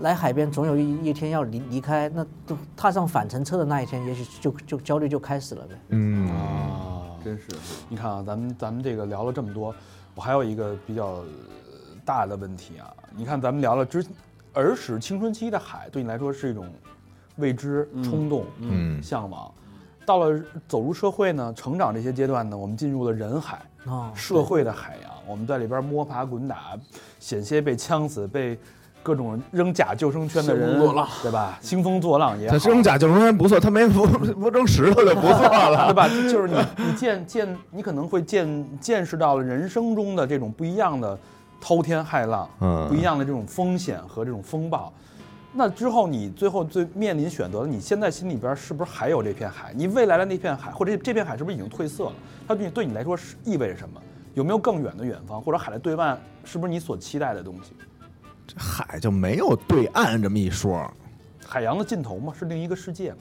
E: 来海边总有一一天要离离开，那都踏上返程车的那一天，也许就就焦虑就开始了呗。
B: 嗯，
A: 啊，
D: 真是，
A: 你看啊，咱们咱们这个聊了这么多，我还有一个比较呃大的问题啊。你看，咱们聊了之儿时青春期的海，对你来说是一种未知、冲动、
B: 嗯
A: 向往。到了走入社会呢，成长这些阶段呢，我们进入了人海，
E: 哦，
A: 社会的海洋，我们在里边摸爬滚打，险些被呛死，被各种扔假救生圈的人，
D: 兴风作浪，
A: 对吧？兴风作浪也好，
B: 他扔假救生圈不错，他没不不扔石头就不错
A: 对
B: 了。
A: 吧？就是你你见见你可能会见见识到了人生中的这种不一样的滔天骇浪，
B: 嗯
A: 不一样的这种风险和这种风暴。那之后，你最后最面临选择的，你现在心里边是不是还有这片海？你未来的那片海，或者这这片海是不是已经褪色了？它对你对你来说是意味着什么？有没有更远的远方，或者海的对岸，是不是你所期待的东西？
B: 海就没有对岸这么一说，
A: 海洋的尽头嘛，是另一个世界嘛。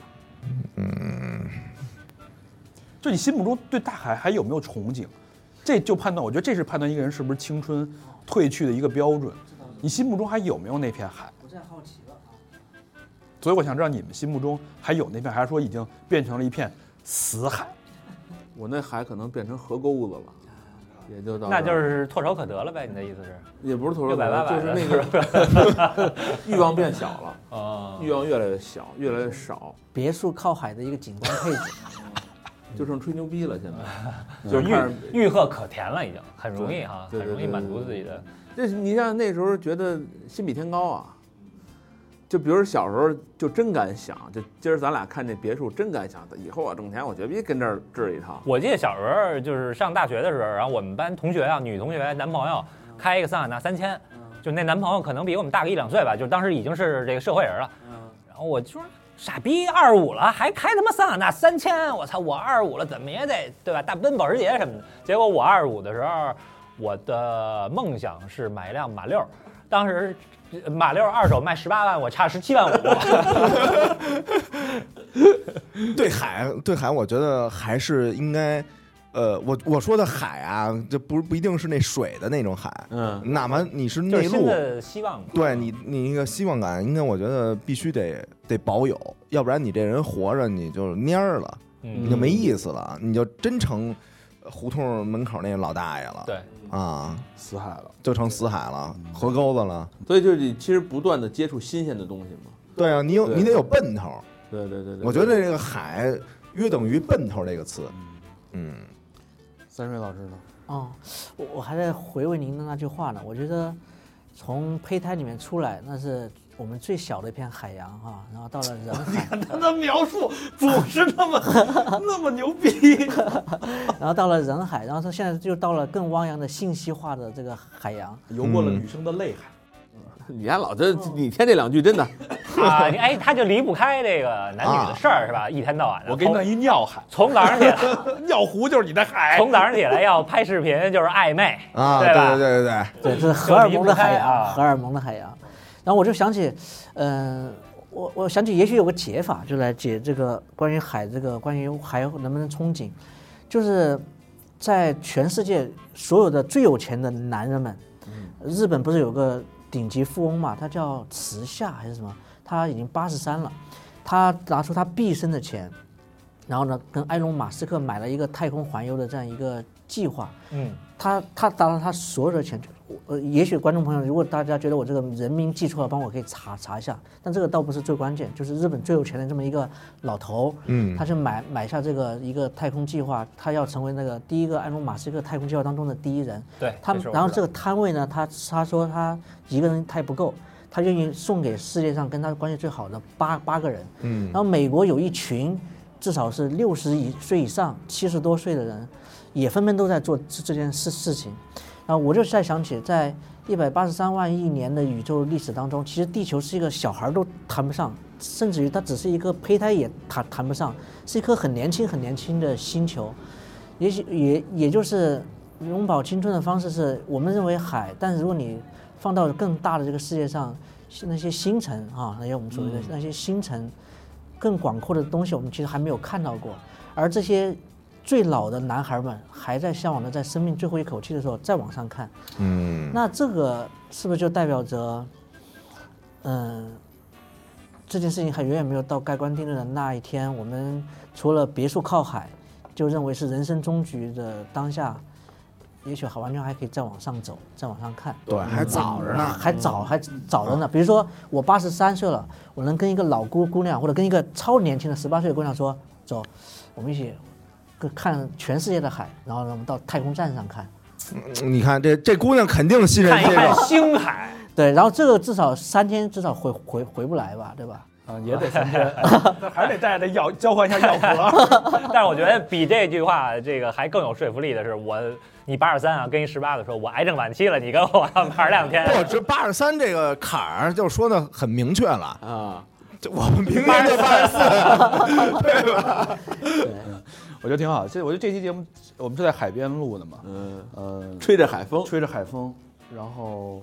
A: 嗯，就你心目中对大海还有没有憧憬？这就判断，我觉得这是判断一个人是不是青春褪去的一个标准。你心目中还有没有那片海？
E: 不再好奇了。
A: 所以我想知道你们心目中还有那片海，还是说已经变成了一片死海？
D: 我那海可能变成河沟子了，也就
H: 哦
D: 到
C: 那
D: 这
C: 就
D: 儿
C: 是唾手可得了呗？你的意思是？
D: 也不是投
C: 六
D: 入
C: 百八百
D: 就是
C: 的
D: 那个欲望变小了，
C: 哦
D: 欲望越来越小，越来越少，
E: 别墅靠海的一个景观配置。
D: 就剩吹牛逼了。现在就
C: 就
D: 是是看着
C: 欲欲壑可甜了，已经很容易哈，
D: 对
C: 很
D: 对
C: 容易
D: 对
C: 满足自己的。
D: 这是你像那时候觉得心比天高啊，就比如小时候就真敢想，就今儿咱俩看这别墅真敢想，以后我挣钱我绝逼跟这儿置一套。
C: 我记得小时候就是上大学的时候，然后我们班同学啊，女同学男朋友开一个桑塔纳三千，就那男朋友可能比我们大个一两岁吧，就当时已经是这个社会人了。然后我就说傻逼二五了，还开他妈桑塔纳三千，我操，我二五了怎么也得对吧？大奔保时捷什么的。结果我二五的时候，我的梦想是买一辆马六，当时。呃马六二手卖十八万，我差十七万五，
B: 对海，对海，我觉得还是应该，呃，我我说的海啊，这不不一定是那水的那种海，
D: 嗯，
B: 哪怕你是
C: 就是
B: 内
C: 新
B: 陆，
C: 的希望嘛。
B: 对你你那个希望感，应该我觉得必须得得保有，要不然你这人活着你就蔫儿了，
C: 嗯
B: 你就没意思了，你就真成胡同门口那老大爷了。
C: 对，
B: 啊，
A: 死海了。
B: 就成死海了，河沟子了。
D: 所以就是你其实不断的接触新鲜的东西嘛。
B: 对啊，你有
D: 对
B: 你得有奔头。
D: 对对对对，
B: 我觉得这个海约等于奔头这个词。嗯，
A: 三水老师呢？
E: 哦，我我还在回味您的那句话呢。我觉得从胚胎里面出来，那是我们最小的一片海洋哈、然后到了人海，
H: 他的描 述总是那么那么牛逼，
E: 然后到了人海，然后他现在就到了更汪洋的信息化的这个海洋。
A: 游过了女生的泪海。
D: 你还老这，你添这两句真的，
C: 啊，你哎，他就离不开这个男女
B: 啊
C: 的事儿、是吧？一天到晚
A: 嗯
C: 的，
A: 我给你弄一尿海，
C: 从从早上起 来，
A: 尿壶就是你的海。
C: 从早上起来要拍视频，就是暧昧
B: 啊，
C: 对
B: 对
C: 吧
B: 对对对 对，
E: 对，这是荷尔蒙的海
C: 就离不开啊
E: 洋，荷尔蒙的海洋。然后我就想起，嗯、我我想起也许有个解法，就来解这个关于海这个关于海能不能憧憬，就是在全世界所有的最有钱的男人们，日本不是有个顶级富翁嘛，他叫池下还是什么？他已经八十三了，他拿出他毕生的钱，然后呢，跟埃隆·马斯克买了一个太空环游的这样一个计划。
C: 嗯，
E: 他他达到他所有的钱，我呃，也许观众朋友，如果大家觉得我这个人名记错了，帮我可以查查一下。但这个倒不是最关键，就是日本最有钱的这么一个老头，
B: 嗯
E: 他去买买下这个一个太空计划，他要成为那个第一个埃隆·马斯克太空计划当中的第一人。
C: 对
E: 他
C: 这是我
E: 然后
C: 知
E: 这
C: 道
E: 个摊位呢，他他说他一个人他也不够，他愿意送给世界上跟他关系最好的八八个人。
B: 嗯
E: 然后美国有一群至少是六十以岁以上、七十多岁的人，也纷纷都在做这这件事事情。然后我就在想起，在一百八十三万亿年的宇宙历史当中，其实地球是一个小孩儿都谈不上，甚至于它只是一个胚胎也谈谈不上，是一颗很年轻很年轻的星球。也许也也就是永葆青春的方式是我们认为海，但是如果你放到更大的这个世界上，是那些星辰啊，那些我们所谓的那些星辰，更广阔的东西，我们其实还没有看到过。而这些最老的男孩们还在向往的，在生命最后一口气的时候再往上看，
B: 嗯，
E: 那这个是不是就代表着，嗯、这件事情还远远没有到盖棺定论的那一天？我们除了别墅靠海，就认为是人生终局的当下，也许还完全还可以再往上走，再往上看。啊
B: 对，还早着呢。
E: 还早，还早着呢。比如说，我八十三岁了，我能跟一个老姑姑娘，或者跟一个超年轻的十八岁的姑娘说：“走，我们一起看全世界的海，然后呢，我们到太空站上看。”
B: 你看这这姑娘肯定信任
C: 看一
B: 这
C: 看
B: 个，
C: 星海，
E: 对，然后这个至少三天，至少回回回不来吧，对吧？
A: 啊，也得三 天，还是得带着药交换一下药盒。
C: 但是我觉得比这句话这个还更有说服力的是，我你八十三啊，跟一十八的说，我癌症晚期了，你跟我 玩两天，
B: 不，这八十三这个坎儿就说的很明确了，
D: 啊，
B: 就我们明年就八十四，对吧？
A: 我觉得挺好。这我觉得这期节目我们是在海边录的嘛，
D: 嗯，
A: 呃，
D: 吹着海风，
A: 吹着海风，然后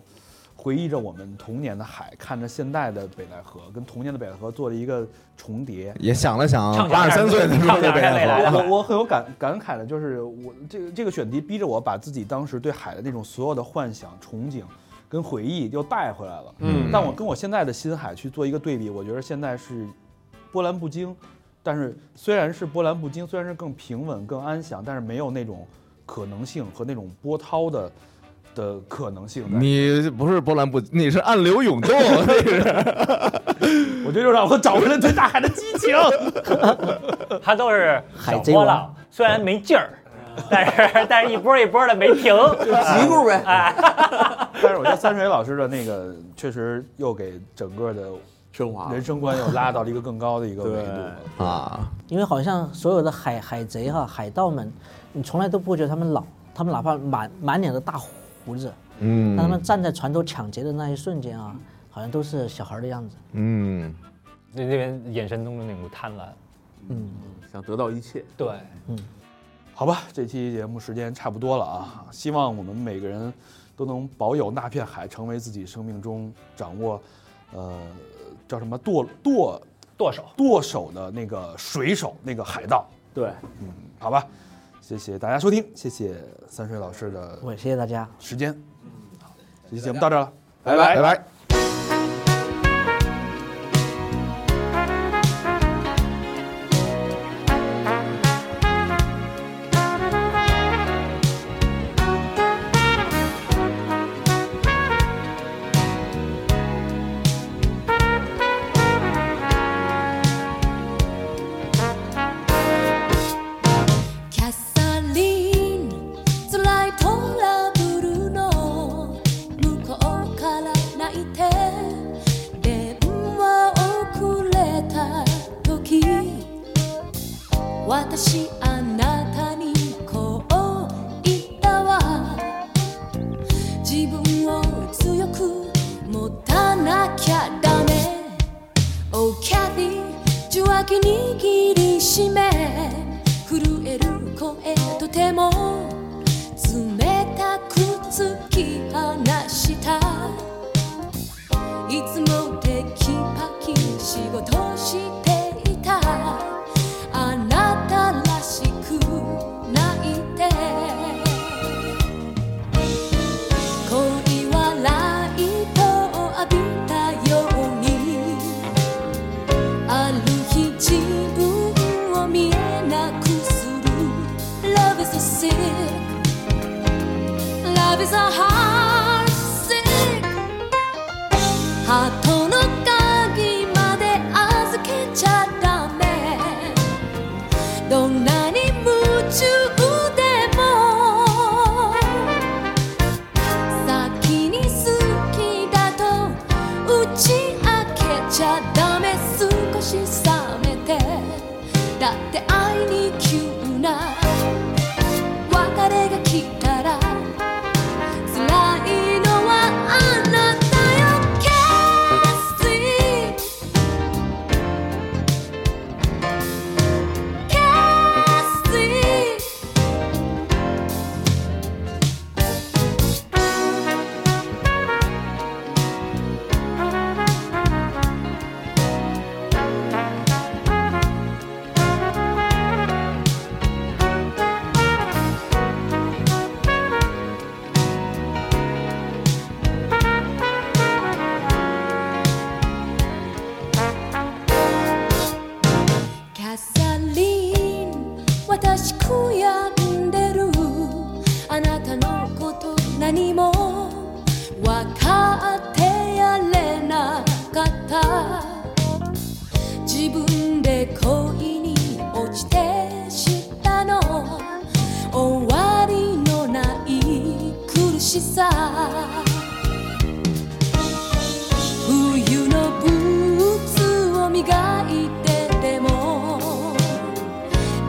A: 回忆着我们童年的海，看着现在的北戴河，跟童年的北戴河做了一个重叠。
B: 也想了想，
C: 畅想
B: 八十三岁的时候就
C: 畅想
B: 这
C: 一下未来
B: 样
C: 的
B: 了。
A: 我我很有感感慨的，就是我这个这个选题逼着我把自己当时对海的那种所有的幻想、憧憬跟回忆又带回来了。
D: 嗯
A: 但我跟我现在的新海去做一个对比，我觉得现在是波澜不惊，但是虽然是波澜不惊，虽然是更平稳、更安详，但是没有那种可能性和那种波涛的的可能性在。
B: 你不是波澜不，你是暗流涌动，那是
A: 我觉得又让我找回了对大海的激情。
C: 它都是
E: 海
C: 小
E: 贼
C: 波
E: 王
C: 浪，虽然没劲儿，但是但是一波一波的没 停，啊
D: 嘀咕呗，
A: 但是我觉得三水老师的那个确实又给整个的
D: 升华
A: 人生观又拉到了一个更高的一个维度了。
B: 啊，
E: 因为好像所有的海海贼哈、海盗们，你从来都不会觉得他们老，他们哪怕满满脸的大胡子，
B: 嗯
E: 但他们站在船头抢劫的那一瞬间啊，好像都是小孩儿的样子。
B: 嗯，
C: 那那边眼神中的那股贪婪，
E: 嗯，
D: 想得到一切，
C: 对，
A: 好吧，这期节目时间差不多了啊，希望我们每个人都能保有那片海，成为自己生命中掌握，呃，叫什么舵舵
C: 剁手。
A: 舵手的那个水手，那个海盗。
D: 对，
A: 好吧，谢谢大家收听，谢谢三水老师的
E: 我谢谢大家。
A: 时间。嗯，好，这期节目到这儿了。
D: 拜拜
B: 拜。拜。
J: 「私あなたにこう言ったわ自分を強く持たなきゃダメ Oh Cathy 受話器握りしめ震える声とても冷たく突き放したいつもテキパキ仕事していたあなたらしくないで恋はライトを浴びたようにある日自分を見えなくする Love is so sick Love is a heart sick ハートの鍵まで預けちゃダメどんなに夢中でも先に好きだと打ち明けちゃダメ少し冷めてだって愛に急な別れが来たら辛いのはあなたよ Cassie Cassie キャサリン私悔やんでるあなたのこと何も分かってやれなかった自分で恋に落ちて知ったの終わりのない苦しさ冬のブーツを磨いてても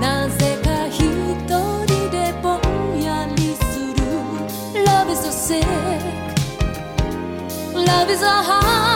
J: なぜか一人でぼんやりする Love is a sick Love is a heart